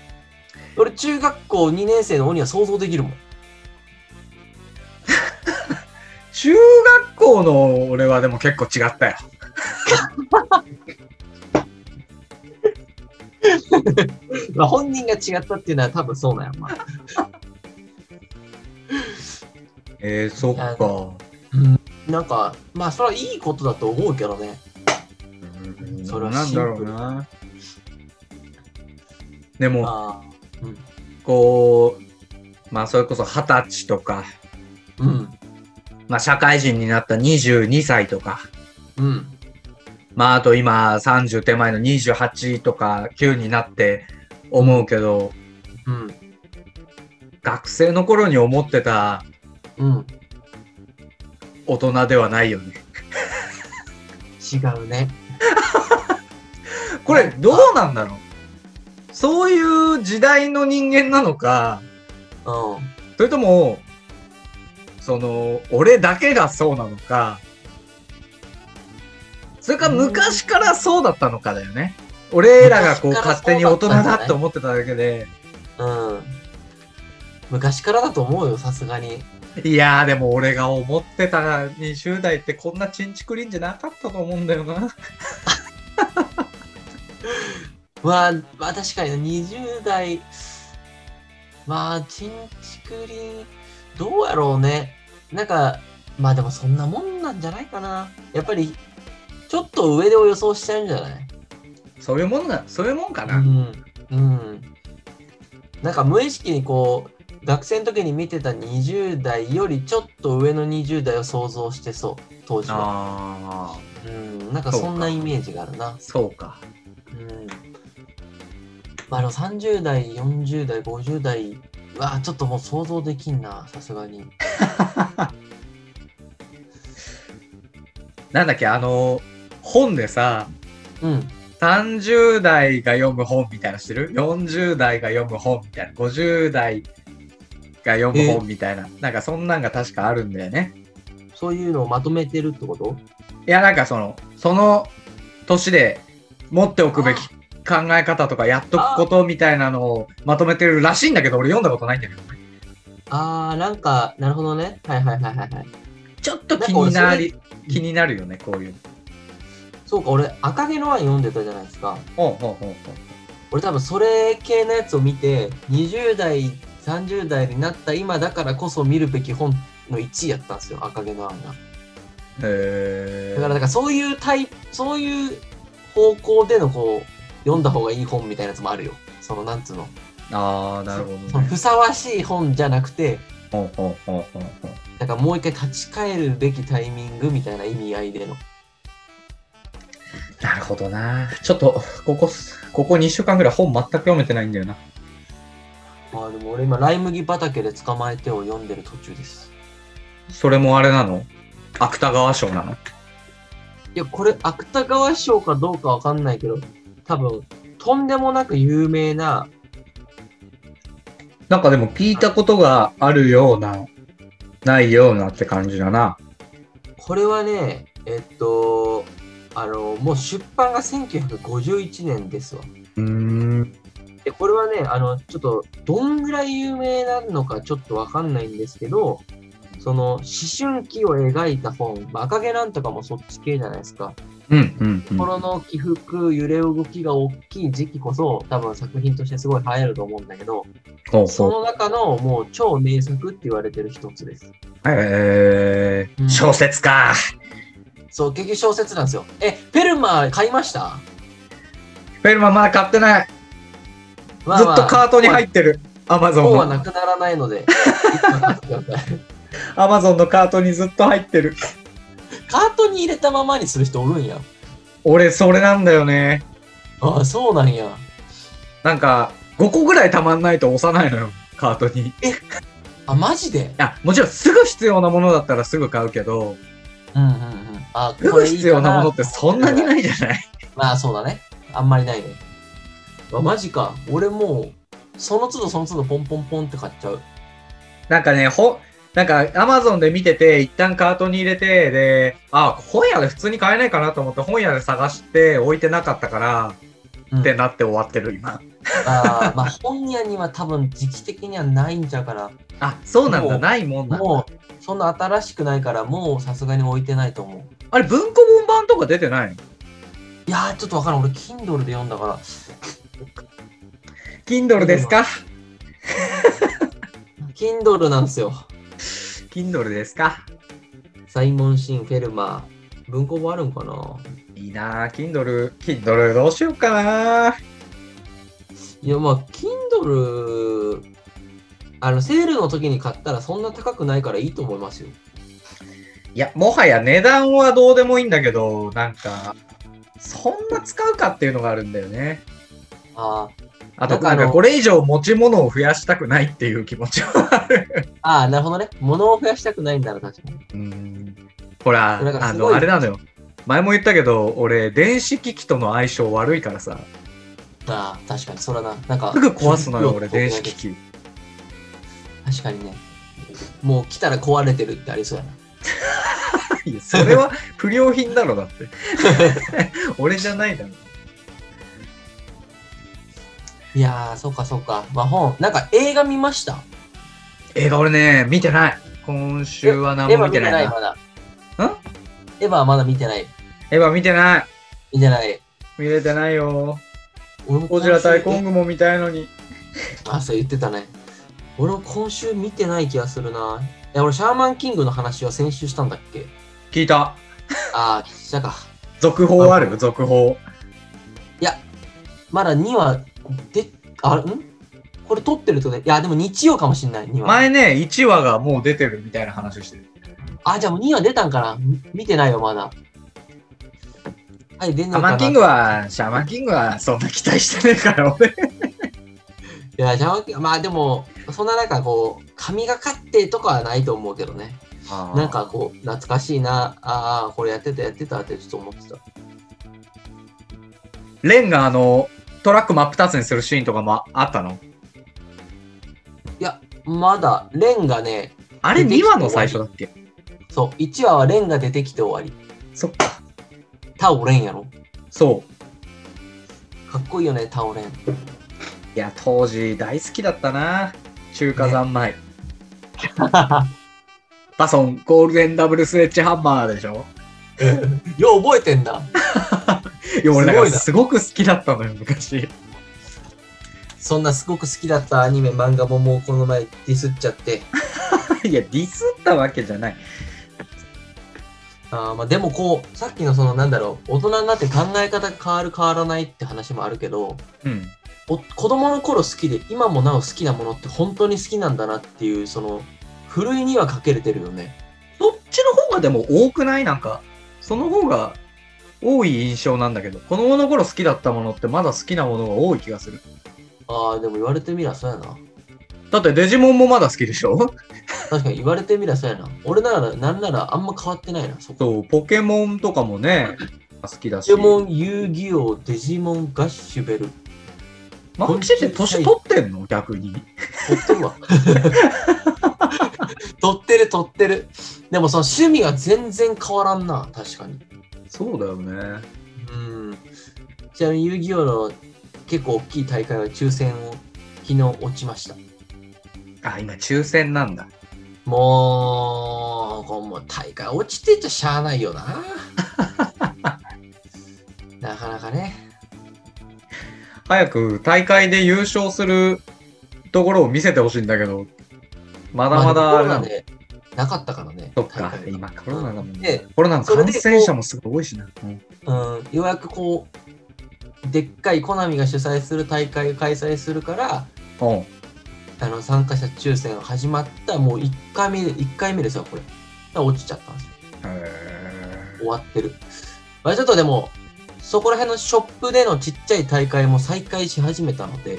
俺、中学校2年生のオニワ想像できるも ん。ー、中学校の俺はでも結構違ったよ。まあ、本人が違ったっていうのは多分そうなんや、まあ。えー、そっあか。なんか、まあ、それはいいことだと思うけどね。うんそれはなんだろうな。でも、まあ、うん。こう、まあ、それこそ二十歳とか、うん。まあ、社会人になった22歳とか、うん。まあ、あと今30手前の28とか9になって思うけど、うん。学生の頃に思ってたうん。大人ではないよね。違うね。これ、どうなんだろうそういう時代の人間なのか、うん。それとも、その、俺だけがそうなのか、それか昔からそうだったのかだよね。俺らがこう昔から勝手に大人そうだったんじゃだないって思ってただけで、うん。昔からだと思うよ、さすがに。いやーでも俺が思ってた20代ってこんなチンチクリンじゃなかったと思うんだよな。まあ、まあ確かにね20代、まあ、ちんちくりん、どうやろうね。なんか、まあでもそんなもんなんじゃないかな。やっぱり、ちょっと上でを予想しちゃうんじゃないそういうもんな、そういうもんかうな。ん。うん。なんか無意識にこう、学生の時に見てた20代よりちょっと上の20代を想像してそう、当時は。ああ、うん。なんかそんなイメージがあるな。そうか。うんまあでも30代40代50代はちょっともう想像できんなさすがになんだっけ、あの、本でさ、うん30代が読む本みたいなのしてる ?40 代が読む本みたいな。50代が読む本みたいな。なんかそんなんが確かあるんだよね。そういうのをまとめてるってこといや、なんかその、その年で持っておくべき考え方とかやっとくことみたいなのをまとめてるらしいんだけど、俺読んだことないんだけど。あーなんかなるほどねはいはいはいはいはいちょっとなん気か俺になそれり、気になるよね、こういう。そうか俺「赤毛のワイン」読んでたじゃないですかおうおうおう俺多分それ系のやつを見て20代30代になった今だからこそ見るべき本の1位やったんですよ赤毛のワインがへだからなんーかそういうタイプそういう方向でのこう読んだ方がいい本みたいなやつもあるよそのなんつうのああ、なるほどそのねふ。さわしい本じゃなくておうおうおうおうおうなんかもう一回立ち返るべきタイミングみたいな意味合いでのなるほどな。ちょっと、ここ、ここ2週間ぐらい本全く読めてないんだよな。あーでも俺今「ライ麦畑で捕まえて」を読んでる途中ですそれもあれなの芥川賞なのいやこれ芥川賞かどうかわかんないけど多分とんでもなく有名ななんかでも聞いたことがあるような、ないようなって感じだな。これはねえっとあのもう出版が1951年ですわうーん。でこれはねあのちょっとどんぐらい有名なのかちょっとわかんないんですけどその思春期を描いた本「まあ赤毛なんとか」もそっち系じゃないですかうんうん、うん。心の起伏揺れ動きが大きい時期こそ多分作品としてすごい流行ると思うんだけどほうそほう。の中のもう超名作って言われてる一つですえうー、ん小説か。そう結局小説なんですよえフェルマー買いましたフェルマンまだ買ってない。ずまっとカートに入っってる。アマゾ本はンなの。くならない ので いつも買ってくださいアマゾンのカートにずっと入ってる。カートに入れたままにする人おるんや俺、それなんだよね。ああそうなんやなんか、5個ぐらいたまんないと押さないのよ。カートに。あ、マジであもちろんすぐ必要なものだったらすぐ買うけどうんうんうん。あ、すこぐれいい必要なものってかそんなにないじゃないまあそうだね。あんまりないね。あ、マジか。俺もう、その都度その都度ポンポンポンって買っちゃう。なんかねほなんかアマゾンで見てて一旦カートに入れてであ本屋で普通に買えないかなと思って本屋で探して置いてなかったからうんってなって終わってる今あーまあ本屋には多分時期的にはないんちゃうかな。あそうなんもだうないもんなんだもう、そんな新しくないから、もうさすがに置いてないと思う。あれ文庫本版とか出てないのいやー、ちょっとわからん。俺、Kindle で読んだから。 Kindle ですか Kindle なんですよ。 Kindle ですかサイモン・シン・フェルマー。文庫もあるんかないいなぁ、Kindle。Kindle どうしようかないや、まあ、Kindle、あの、セールの時に買ったらそんな高くないからいいと思いますよ。いや、もはや値段はどうでもいいんだけど、なんか、そんな使うかっていうのがあるんだよね。ああと、ななんんかかあのこれ以上持ち物を増やしたくないっていう気持ちはある。ーあー、なるほどね。物を増やしたくないんだな、確かに。うん。ほら、なんかあすごいの、あれなのよ。前も言ったけど、俺、電子機器との相性悪いからさ、ああ、確かに、そらな。なんか、すぐ壊すのよ、俺、食欲電を子機器。確かにね。もう来たら壊れてるってありそうやな。いやそれは不良品だろ、だ って。俺じゃないだろ。いやー、そうかそうか。まあ本、なんか映画見ました。映画俺ね、見てない。今週は何エヴもァ見見ててないなない、。まだ。エヴァはまだ見てない。エヴァ見てない。見てない。見れてないよ。俺もゴジラ対コングも見たいのに。あ、そう言ってたね。俺も今週見てない気がするな。いや、俺、シャーマンキングの話は先週したんだっけ聞いた。ああ、したか。続報あある続報。まだ2話、で、あれ、んこれ撮ってるってことで、いや、でも日曜かもしんない、2話。前ね、1話がもう出てるみたいな話をしてる。あ、じゃあもう2話出たんかなみ見てないよ、まだ。はい、出んシャーのかマなンキングは、シャーマンキングはそんな期待してねえから、俺。いや、シャーマンキング、まあでも、そんななんかこう、神がかってとかはないと思うけどね。なんかこう、懐かしいな、ああ、これやってた、やってたってちょっと思ってた。レンがあの、トラック真っ二つにするシーンとかもあったのいや、まだ、レンがね、あれ2話の最初だっけそう、1話はレンが出てきて終わそっか。り。タオレンやろ。そう。かっこいいよね、タオレン。いや、当時大好きだったな。中華三昧。パソン、ゴールデンダブルスレッジハンマーでしょよう覚えてんだ。いや、俺だかすごいらなすごく好きだったのよ、昔。そんなすごく好きだったアニメ、漫画ももうこの前ディスっちゃって。 いや、ディスったわけじゃない。あーまあでもこう、さっきのそのなんだろう、大人になって考え方変わる変わらないって話もあるけど、うん。お子供の頃好きで、今もなお好きなものって本当に好きなんだなっていう、その、ふるいにはかけれてるよね。どっちの方がでも多くないなんか、その方が多い印象なんだけど、子供の頃好きだったものってまだ好きなものが多い気がする。ああ、でも言われてみりゃそうやな。だってデジモンもまだ好きでしょ確かに言われてみりゃそうやな。俺なら、なんならあんま変わってないな、そこ。そう、ポケモンとかもね、好きだし。ポケモン、遊戯王、デジモン、ガッシュベル。マジで年取ってんの逆に。取って るわ。取ってる、取ってる。でもその趣味が全然変わらんな、確かに。そうだよね。うん。ちなみに遊戯王の結構大きい大会は抽選を昨日落ちました。あ、今抽選なんだ。もう、こうもう大会落ちてちゃしゃあない よな。なかなかね。早く大会で優勝するところを見せてほしいんだけど、まだまだあれまなあのでもコロナ。でなかったからね。そっか大、会が今コロナだもんでね。コロナのそれで感染者もすごい多いしな。うんうん、ようやくこうでっかいコナミが主催する大会を開催するからうん。あの参加者抽選が始まったもう1回目一回目ですよこれだから落ちちゃったんですよへ終わってる、まあ、ちょっとでもそこら辺のショップでのちっちゃい大会も再開し始めたので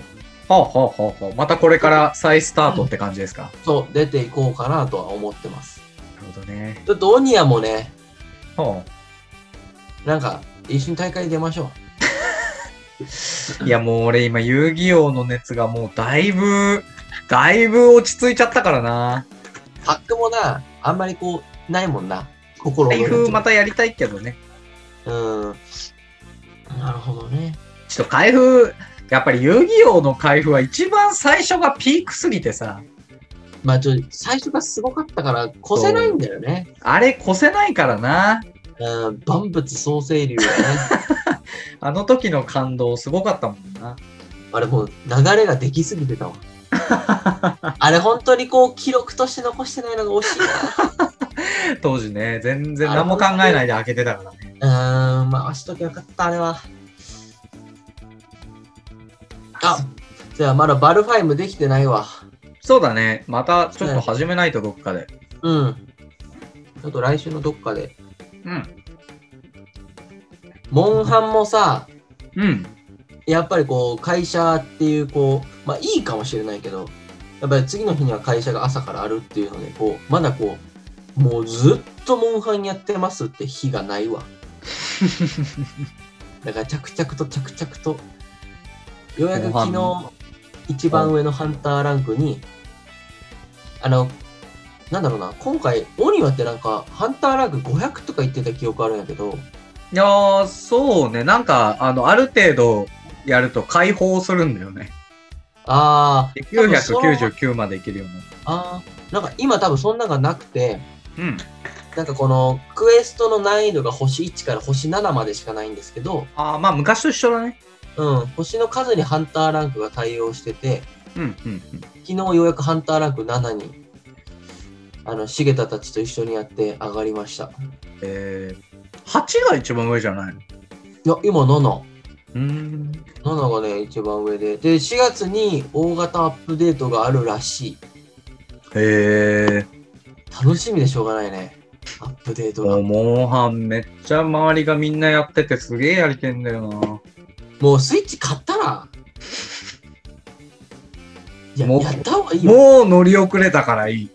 ーはあはあはあはあ。またこれから再スタートって感じですか。そう出ていこうかなとは思ってますなるほどね。ちょっとオニアもねはなんか一緒に大会出ましょあいやもう俺今遊戯王の熱がもうだいぶ、だいぶ落ち着いちゃったからな。うパックもなあんまりこうないもんな心の台熱風またやりたいけどね。うんなるほどねちょっと開封、やっぱり遊戯王の開封は一番最初がピークすぎてさ、まあちょ最初がすごかったから越せないんだよね。あれ越せないからな。うん、万物創生流がね。 あの時の感動すごかったもんな。 あれもう流れができすぎてたわ。あれ本当にこう記録として残してないのが惜しい当時ね、全然何も考えないで開けてたからね。な。うーん、回しときゃよかった、あれは。あじゃあまだバルファイムできてないわ。そうだね。またちょっと始めないとどっかで。うん。ちょっと来週のどっかで。うん。モンハンもさ、うん。やっぱりこう、会社っていう、こう、まあいいかもしれないけど、やっぱり次の日には会社が朝からあるっていうので、こう、まだこう、もうずっとモンハンやってますって日がない わ。だから着々と着々と。ようやくモンハ昨ン日、一番上のハンターランクに、あの、なんだろうな、今回、オニワってなんか、ハンターランク500とか言ってた記憶あるんやけど、いやー、そうね。なんか、あの、ある程度やると解放するんだよね。あー、多分その999までいけるよね。あー、なんか今多分そんなんがなくて、うん。なんかこのクエストの難易度が星1から星7までしかないんですけど、ああ、まあ昔と一緒だね。うん、星の数にハンターランクが対応してて、うん、うん、うん。昨日ようやくハンターランク7に、あの、茂田たちと一緒にやって上がりました。えー、8が一番上じゃないのいや、今7。うーん。 7がね、一番上で。で、4月に大型アップデートがあるらしい。え楽しみでしょうがないね。アップデーー、トもがう。モンハンめっちゃ周りがみんなやっててすげえやりてんだよな。もうスイッチ買ったらいや、もうやった方がいいよ。もう乗り遅れたからいい。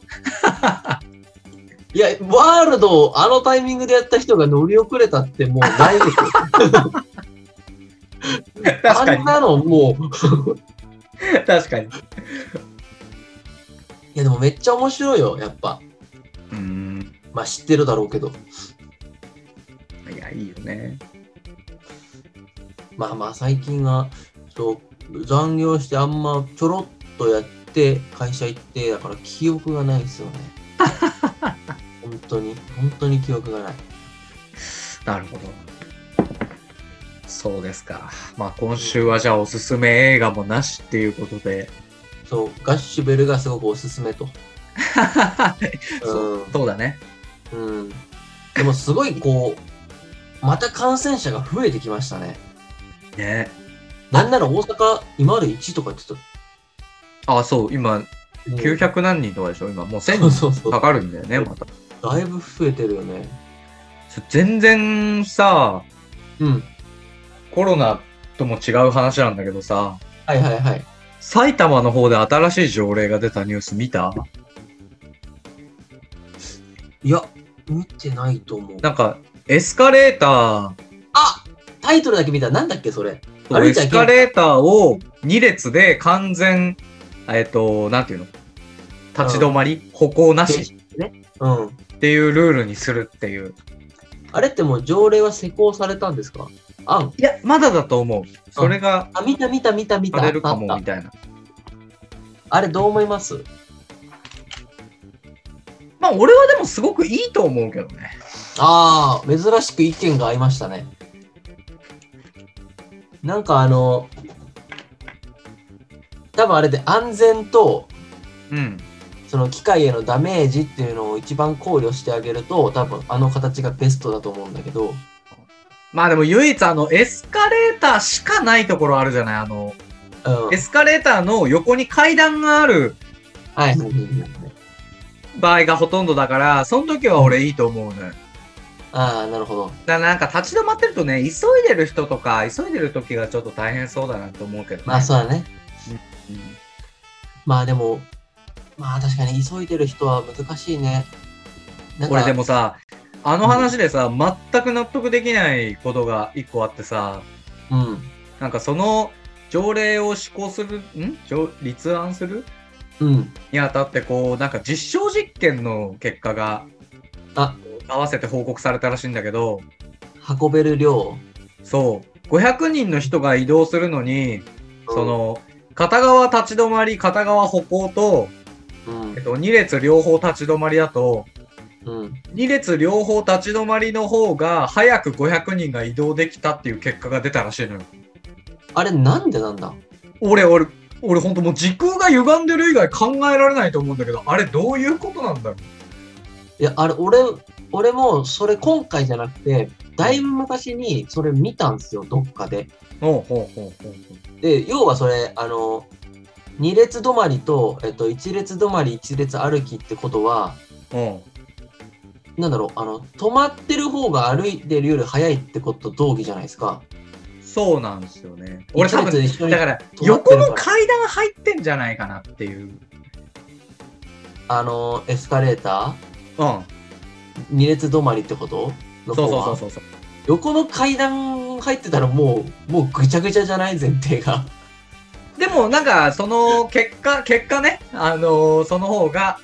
いや、ワールドをあのタイミングでやった人が乗り遅れたっ てもうないですよ。確あかんに。なのもう、 確かに。いやでもめっちゃ面白いよ、やっぱ。うーん。まあ知ってるだろうけど。いや、いいよね。まあまあ最近は、そう、残業してあんまちょろっとやって、会社行って、だから記憶がないですよ ね。本当に、本当に記憶がない。なるほど。そうですか。まあ今週はじゃあおすすめ映画もなしっていうこと で。そう、ガッシュベルがすごくおすすめと。そうそうだね。うん。うん。でもすごいこう、また感染者が増えてきましたね。ね。なんなら大阪、今まで1とか言ってた。あ、そう、今うん900何人とかでしょ今もう1000そう人そうそうか。かるんだよね、また。だいぶ増えてるよね。ちょ全然さ、うん。コロナとも違う話なんだけどさ、はいはいはい。埼玉の方で新しい条例が出たニュース見たいや、見てないと思う。なんか、エスカレーター、あタイトルだけ見た。なんだっけ、それ。歩エいちゃいスけなカいレーターを2列で完全、えっ、と、なんていうの立ち止まり、歩行なしうん。っていうルールにするっていう。あれってもう条例は施行されたんですかあん。いや、まだだと思う。それがあ、見た見た見た見た。されるかあもっみたいな。たあれどう思いますまあ、俺はでもすごくいいと思うけどね。ああ、珍しく意見が合いましたね。なんかあの、多分あれで安全とうん。その機械へのダメージっていうのを一番考慮してあげると多分あの形がベストだと思うんだけどまあでも唯一あの、エスカレーターしかないところあるじゃないあの、うんエスカレーターの横に階段があるはい場合がほとんどだから、その時は俺いいと思うのよ。ああなるほどだからなんか立ち止まってるとね、急いでる人とか、急いでる時がちょっと大変そうだなと思うけど、ね。まあそうだねうん。まあでもまあ確かに急いでる人は難しいねなんか俺でもさ、あの話でさ、全く納得できないことが一個あってさ、うんなんかその条例を施行する、ん条立案するうんにあたって、こう、なんか実証実験の結果が、あ合わせて報告されたらしいんだけど、運べる量そう、500人の人が移動するのに、その、片側立ち止まり、片側歩行と、うんえっと、2列両方立ち止まりだと、うん2列両方立ち止まりの方が、早く500人が移動できたっていう結果が出たらしいのよ。あれなんでなんだ俺、俺、俺ほんともう時空が歪んでる以外考えられないと思うんだけど、あれどういうことなんだろいや、あれ、俺、俺もそれ今回じゃなくて、だいぶ昔にそれ見たんですよ、どっかで。うほうほうほうほう。で、要はそれ、あの、2列止まりと、えっと、1列止まり、1列歩きってことは、うん。なんだろう、あの、止まってる方が歩いてるより速いってことと同義じゃないですか。そうなんですよね。俺多一列分、一緒にだから横の階段入ってんじゃないかなっていう。うん。あの、エスカレータそうー、2列止まりってことの方そはうそうそうそう。横の階段入ってたらもう、もうぐちゃぐちゃじゃない前提が。でもなんかその結果結果ねあのーその方が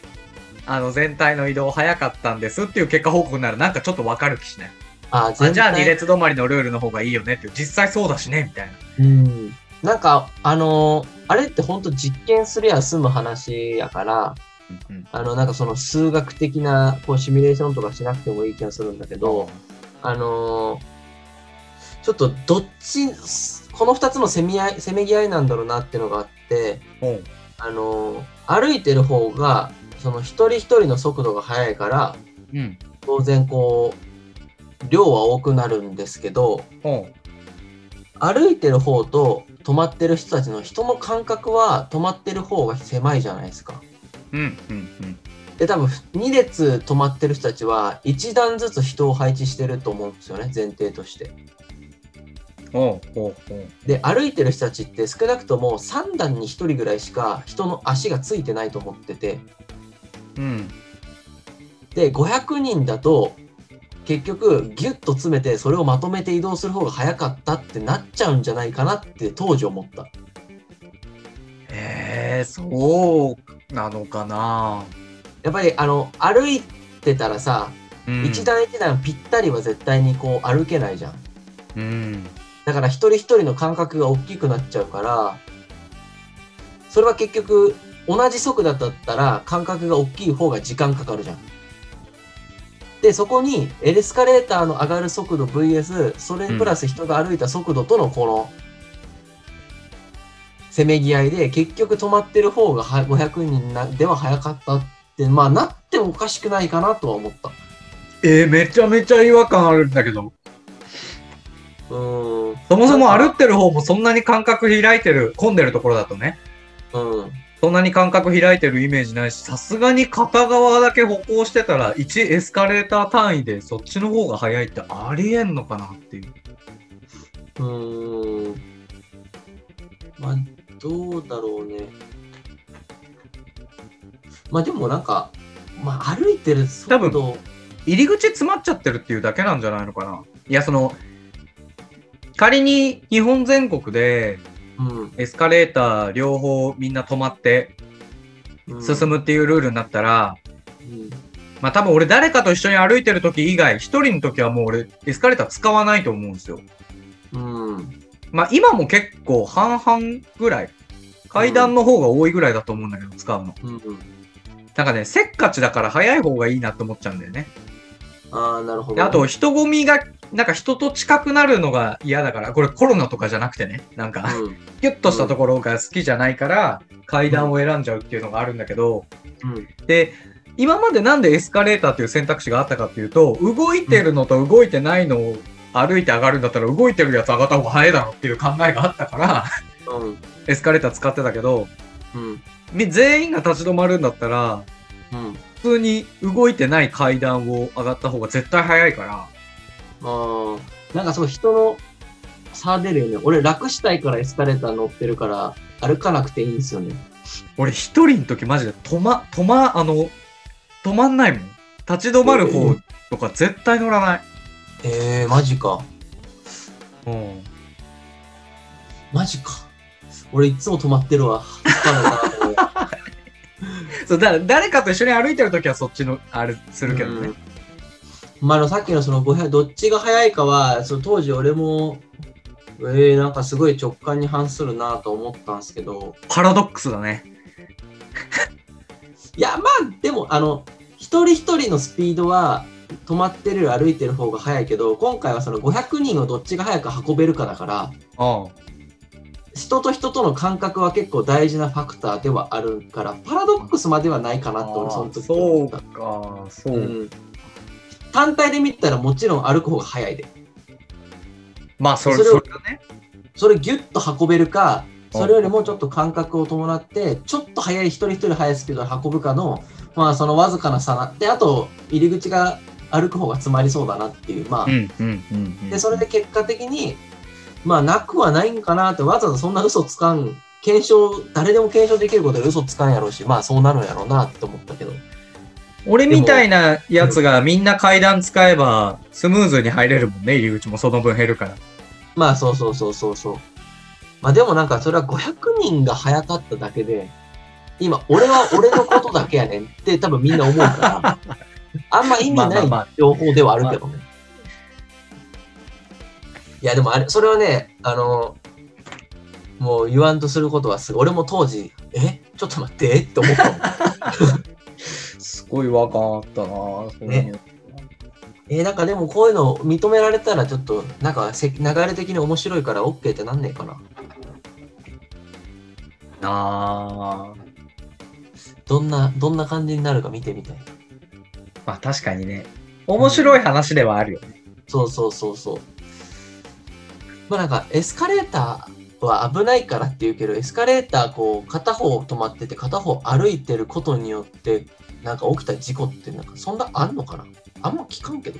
あの全体の移動早かったんですっていう結果報告ならなんかちょっとわかる気しないあ、あ全じゃあ2列止まりのルールの方がいいよねっていう実際そうだしねみたいなうん。なんか、あのあれって本当実験すりゃ済む話やから、うんうんあの、なんかその数学的な、こう、シミュレーションとかしなくてもいい気がするんだけど、あのちょっとどっち、この2つのせめ合い、せめぎ合いなんだろうなっていうのがあって、うんあの歩いてる方が、その一人一人の速度が速いから、うん当然こう、量は多くなるんですけど、うん歩いてる方と止まってる人たちの人の感覚は止まってる方が狭いじゃないですか。うんうんで多分2列止まってる人たちは1段ずつ人を配置してると思うんですよね前提として。おうおうおうで歩いてる人たちって少なくとも3段に1人ぐらいしか人の足がついてないと思っててうんで500人だと結局ギュッと詰めてそれをまとめて移動する方が早かったってなっちゃうんじゃないかなって当時思った。えー、そうなのかな、やっぱりあの歩いてたらさうん、一段一段ぴったりは絶対にこう歩けないじゃんうんだから一人一人の感覚が大きくなっちゃうからそれは結局同じ速度だったら感覚が大きい方が時間かかるじゃんでそこにエスカレーターの上がる速度 VS それにプラス人が歩いた速度とのこのせめぎ合いで結局止まってる方がは500人なでは早かったってまあなってもおかしくないかなとは思ったえー、めちゃめちゃ違和感あるんだけどうんそもそも歩ってる方もそんなに感覚開いてる混んでるところだとねうんそんなに間隔開いてるイメージないし、さすがに片側だけ歩行してたら、1エスカレーター単位でそっちの方が速いってありえんのかなっていう。うーん。まあ、どうだろうね。まあ、でもなんか、まあ、歩いてる速度、入り口詰まっちゃってるっていうだけなんじゃないのかな。いや、その、仮に日本全国でうんエスカレーター両方みんな止まってうん、進むっていうルールになったら、うん。まあ多分俺誰かと一緒に歩いてる時以外、一人の時はもう俺エスカレーター使わないと思うんですよ。うん。まあ今も結構半々ぐらい。階段の方が多いぐらいだと思うんだけど、使うの。うなん。んかね、せっかちだから早い方がいいなって思っちゃうんだよね。ああ、なるほでど。あと、、人混みが、なんか人と近くなるのが嫌だから、これコロナとかじゃなくてね、なんか、ギュッとしたところが好きじゃないから、階段を選んじゃうっていうのがあるんだけど、うん。うん。で、今までなんでエスカレーターっていう選択肢があったかっていうと、動いてるのと動いてないのを歩いて上がるんだったら、動いてるやつ上がった方が早いだろっていう考えがあったから、 うん。エスカレーター使ってたけど、うん。み全員が立ち止まるんだったら、うん。普通に動いてない階段を上がった方が絶対早いから、ああ。なんかそう、人の差出るよね。俺、楽したいからエスカレーター乗ってるから、歩かなくていいんですよね。俺一人の時マジで止ま、止ま、あの、止まんないもん。立ち止まる方とか絶対乗らない。ええー、マジか。うん。マジか。俺いつも止まってるわ。そう、だ誰かと一緒に歩いてる時はそっちの、あれするけどね。うんまあ、あのさっきのその500どっちが早いかはその当時俺もえー、なんかすごい直感に反するなと思ったんですけどパラドックスだね。いやまあでもあの一人一人のスピードは止まってるより歩いてる方が早いけど今回はその500人をどっちが早く運べるかだからうん。人と人との感覚は結構大事なファクターではあるからパラドックスまではないかなって俺その時そ思うった、か、そうう。ん、単体で見たらもちろん歩く方が早いでまあ、それ、それそをれだね。それギュッと運べるかそれよりもちょっと感覚を伴ってちょっと速い一人一人速いスピードで運ぶかのまあそのわずかな差なであと入り口が歩く方が詰まりそうだなっていうまあ、うん、うん、うんうん。でそれで結果的にまあなくはないんかなってわざわざそんな嘘つかん検証誰でも検証できることで嘘つかんやろうしまあそうなるんやろうなって思ったけど俺みたいなやつがみんな階段使えばスムーズに入れるもんね、入り口もその分減るから。まあそうそうそうそうそうまあでもなんかそれは500人が早かっただけで今俺は俺のことだけやねんって多分みんな思うからあんま意味まあまあまなあい情報ではあるけどねいやでもあれそれはねあのもう言わんとすることはすごい俺も当時えちょっと待ってって思ったもん すごいわかったなぁねえーなんかでもこういうの認められたらちょっとなんかせ流れ的に面白いから OK ってなんねえかなあーどんなどんな感じになるか見てみたいまあ確かにね。面白い話ではあるよね。そうそうそうそうまあなんかエスカレーターは危ないからっていうけどエスカレーターこう片方止まってて片方歩いてることによってなんか起きた事故ってなんかそんなあんのかなあんま聞かんけど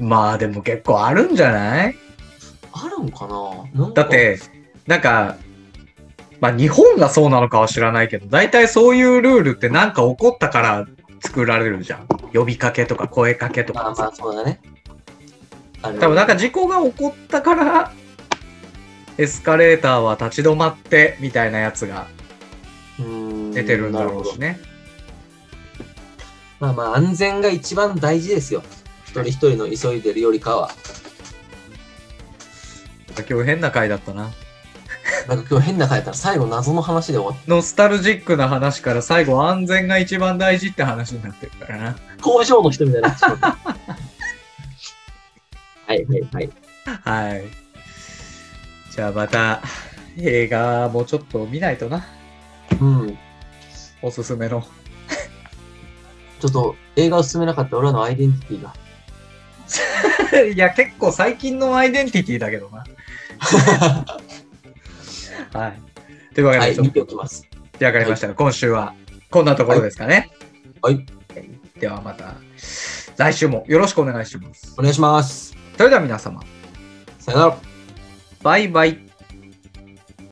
まあでも結構あるんじゃないあるんかななんかだって、なんか、まあ日本がそうなのかは知らないけど、大体そういうルールってなんか起こったから作られるじゃん。呼びかけとか声かけとまあかまさ。あそうだねあれ多分なんか事故が起こったから、エスカレーターは立ち止まってみたいなやつが出出てるんだろうしね。まあまあ安全が一番大事ですよ。一人一人の急いでるよりかは。今日変な回だったな。なんか今日変な回やったら最後謎の話で終わっノスタルジックな話から最後安全が一番大事って話になってるからな。た。工場の人みたいになってしまった。 はいはいはい。はい。じゃあまた映画もちょっと見ないとな。うん。おすすめの。ちょっと映画を進めなかった俺らのアイデンティティが。いや、結構最近のアイデンティティだけ どな。はい。というわけで、はい、ちょっ見てとおきます。わかりました。今週はこんなところですかね。はい。ではまた、来週もよろしくお願いします。お願いします。それでは皆様、さよなら。バイバイ。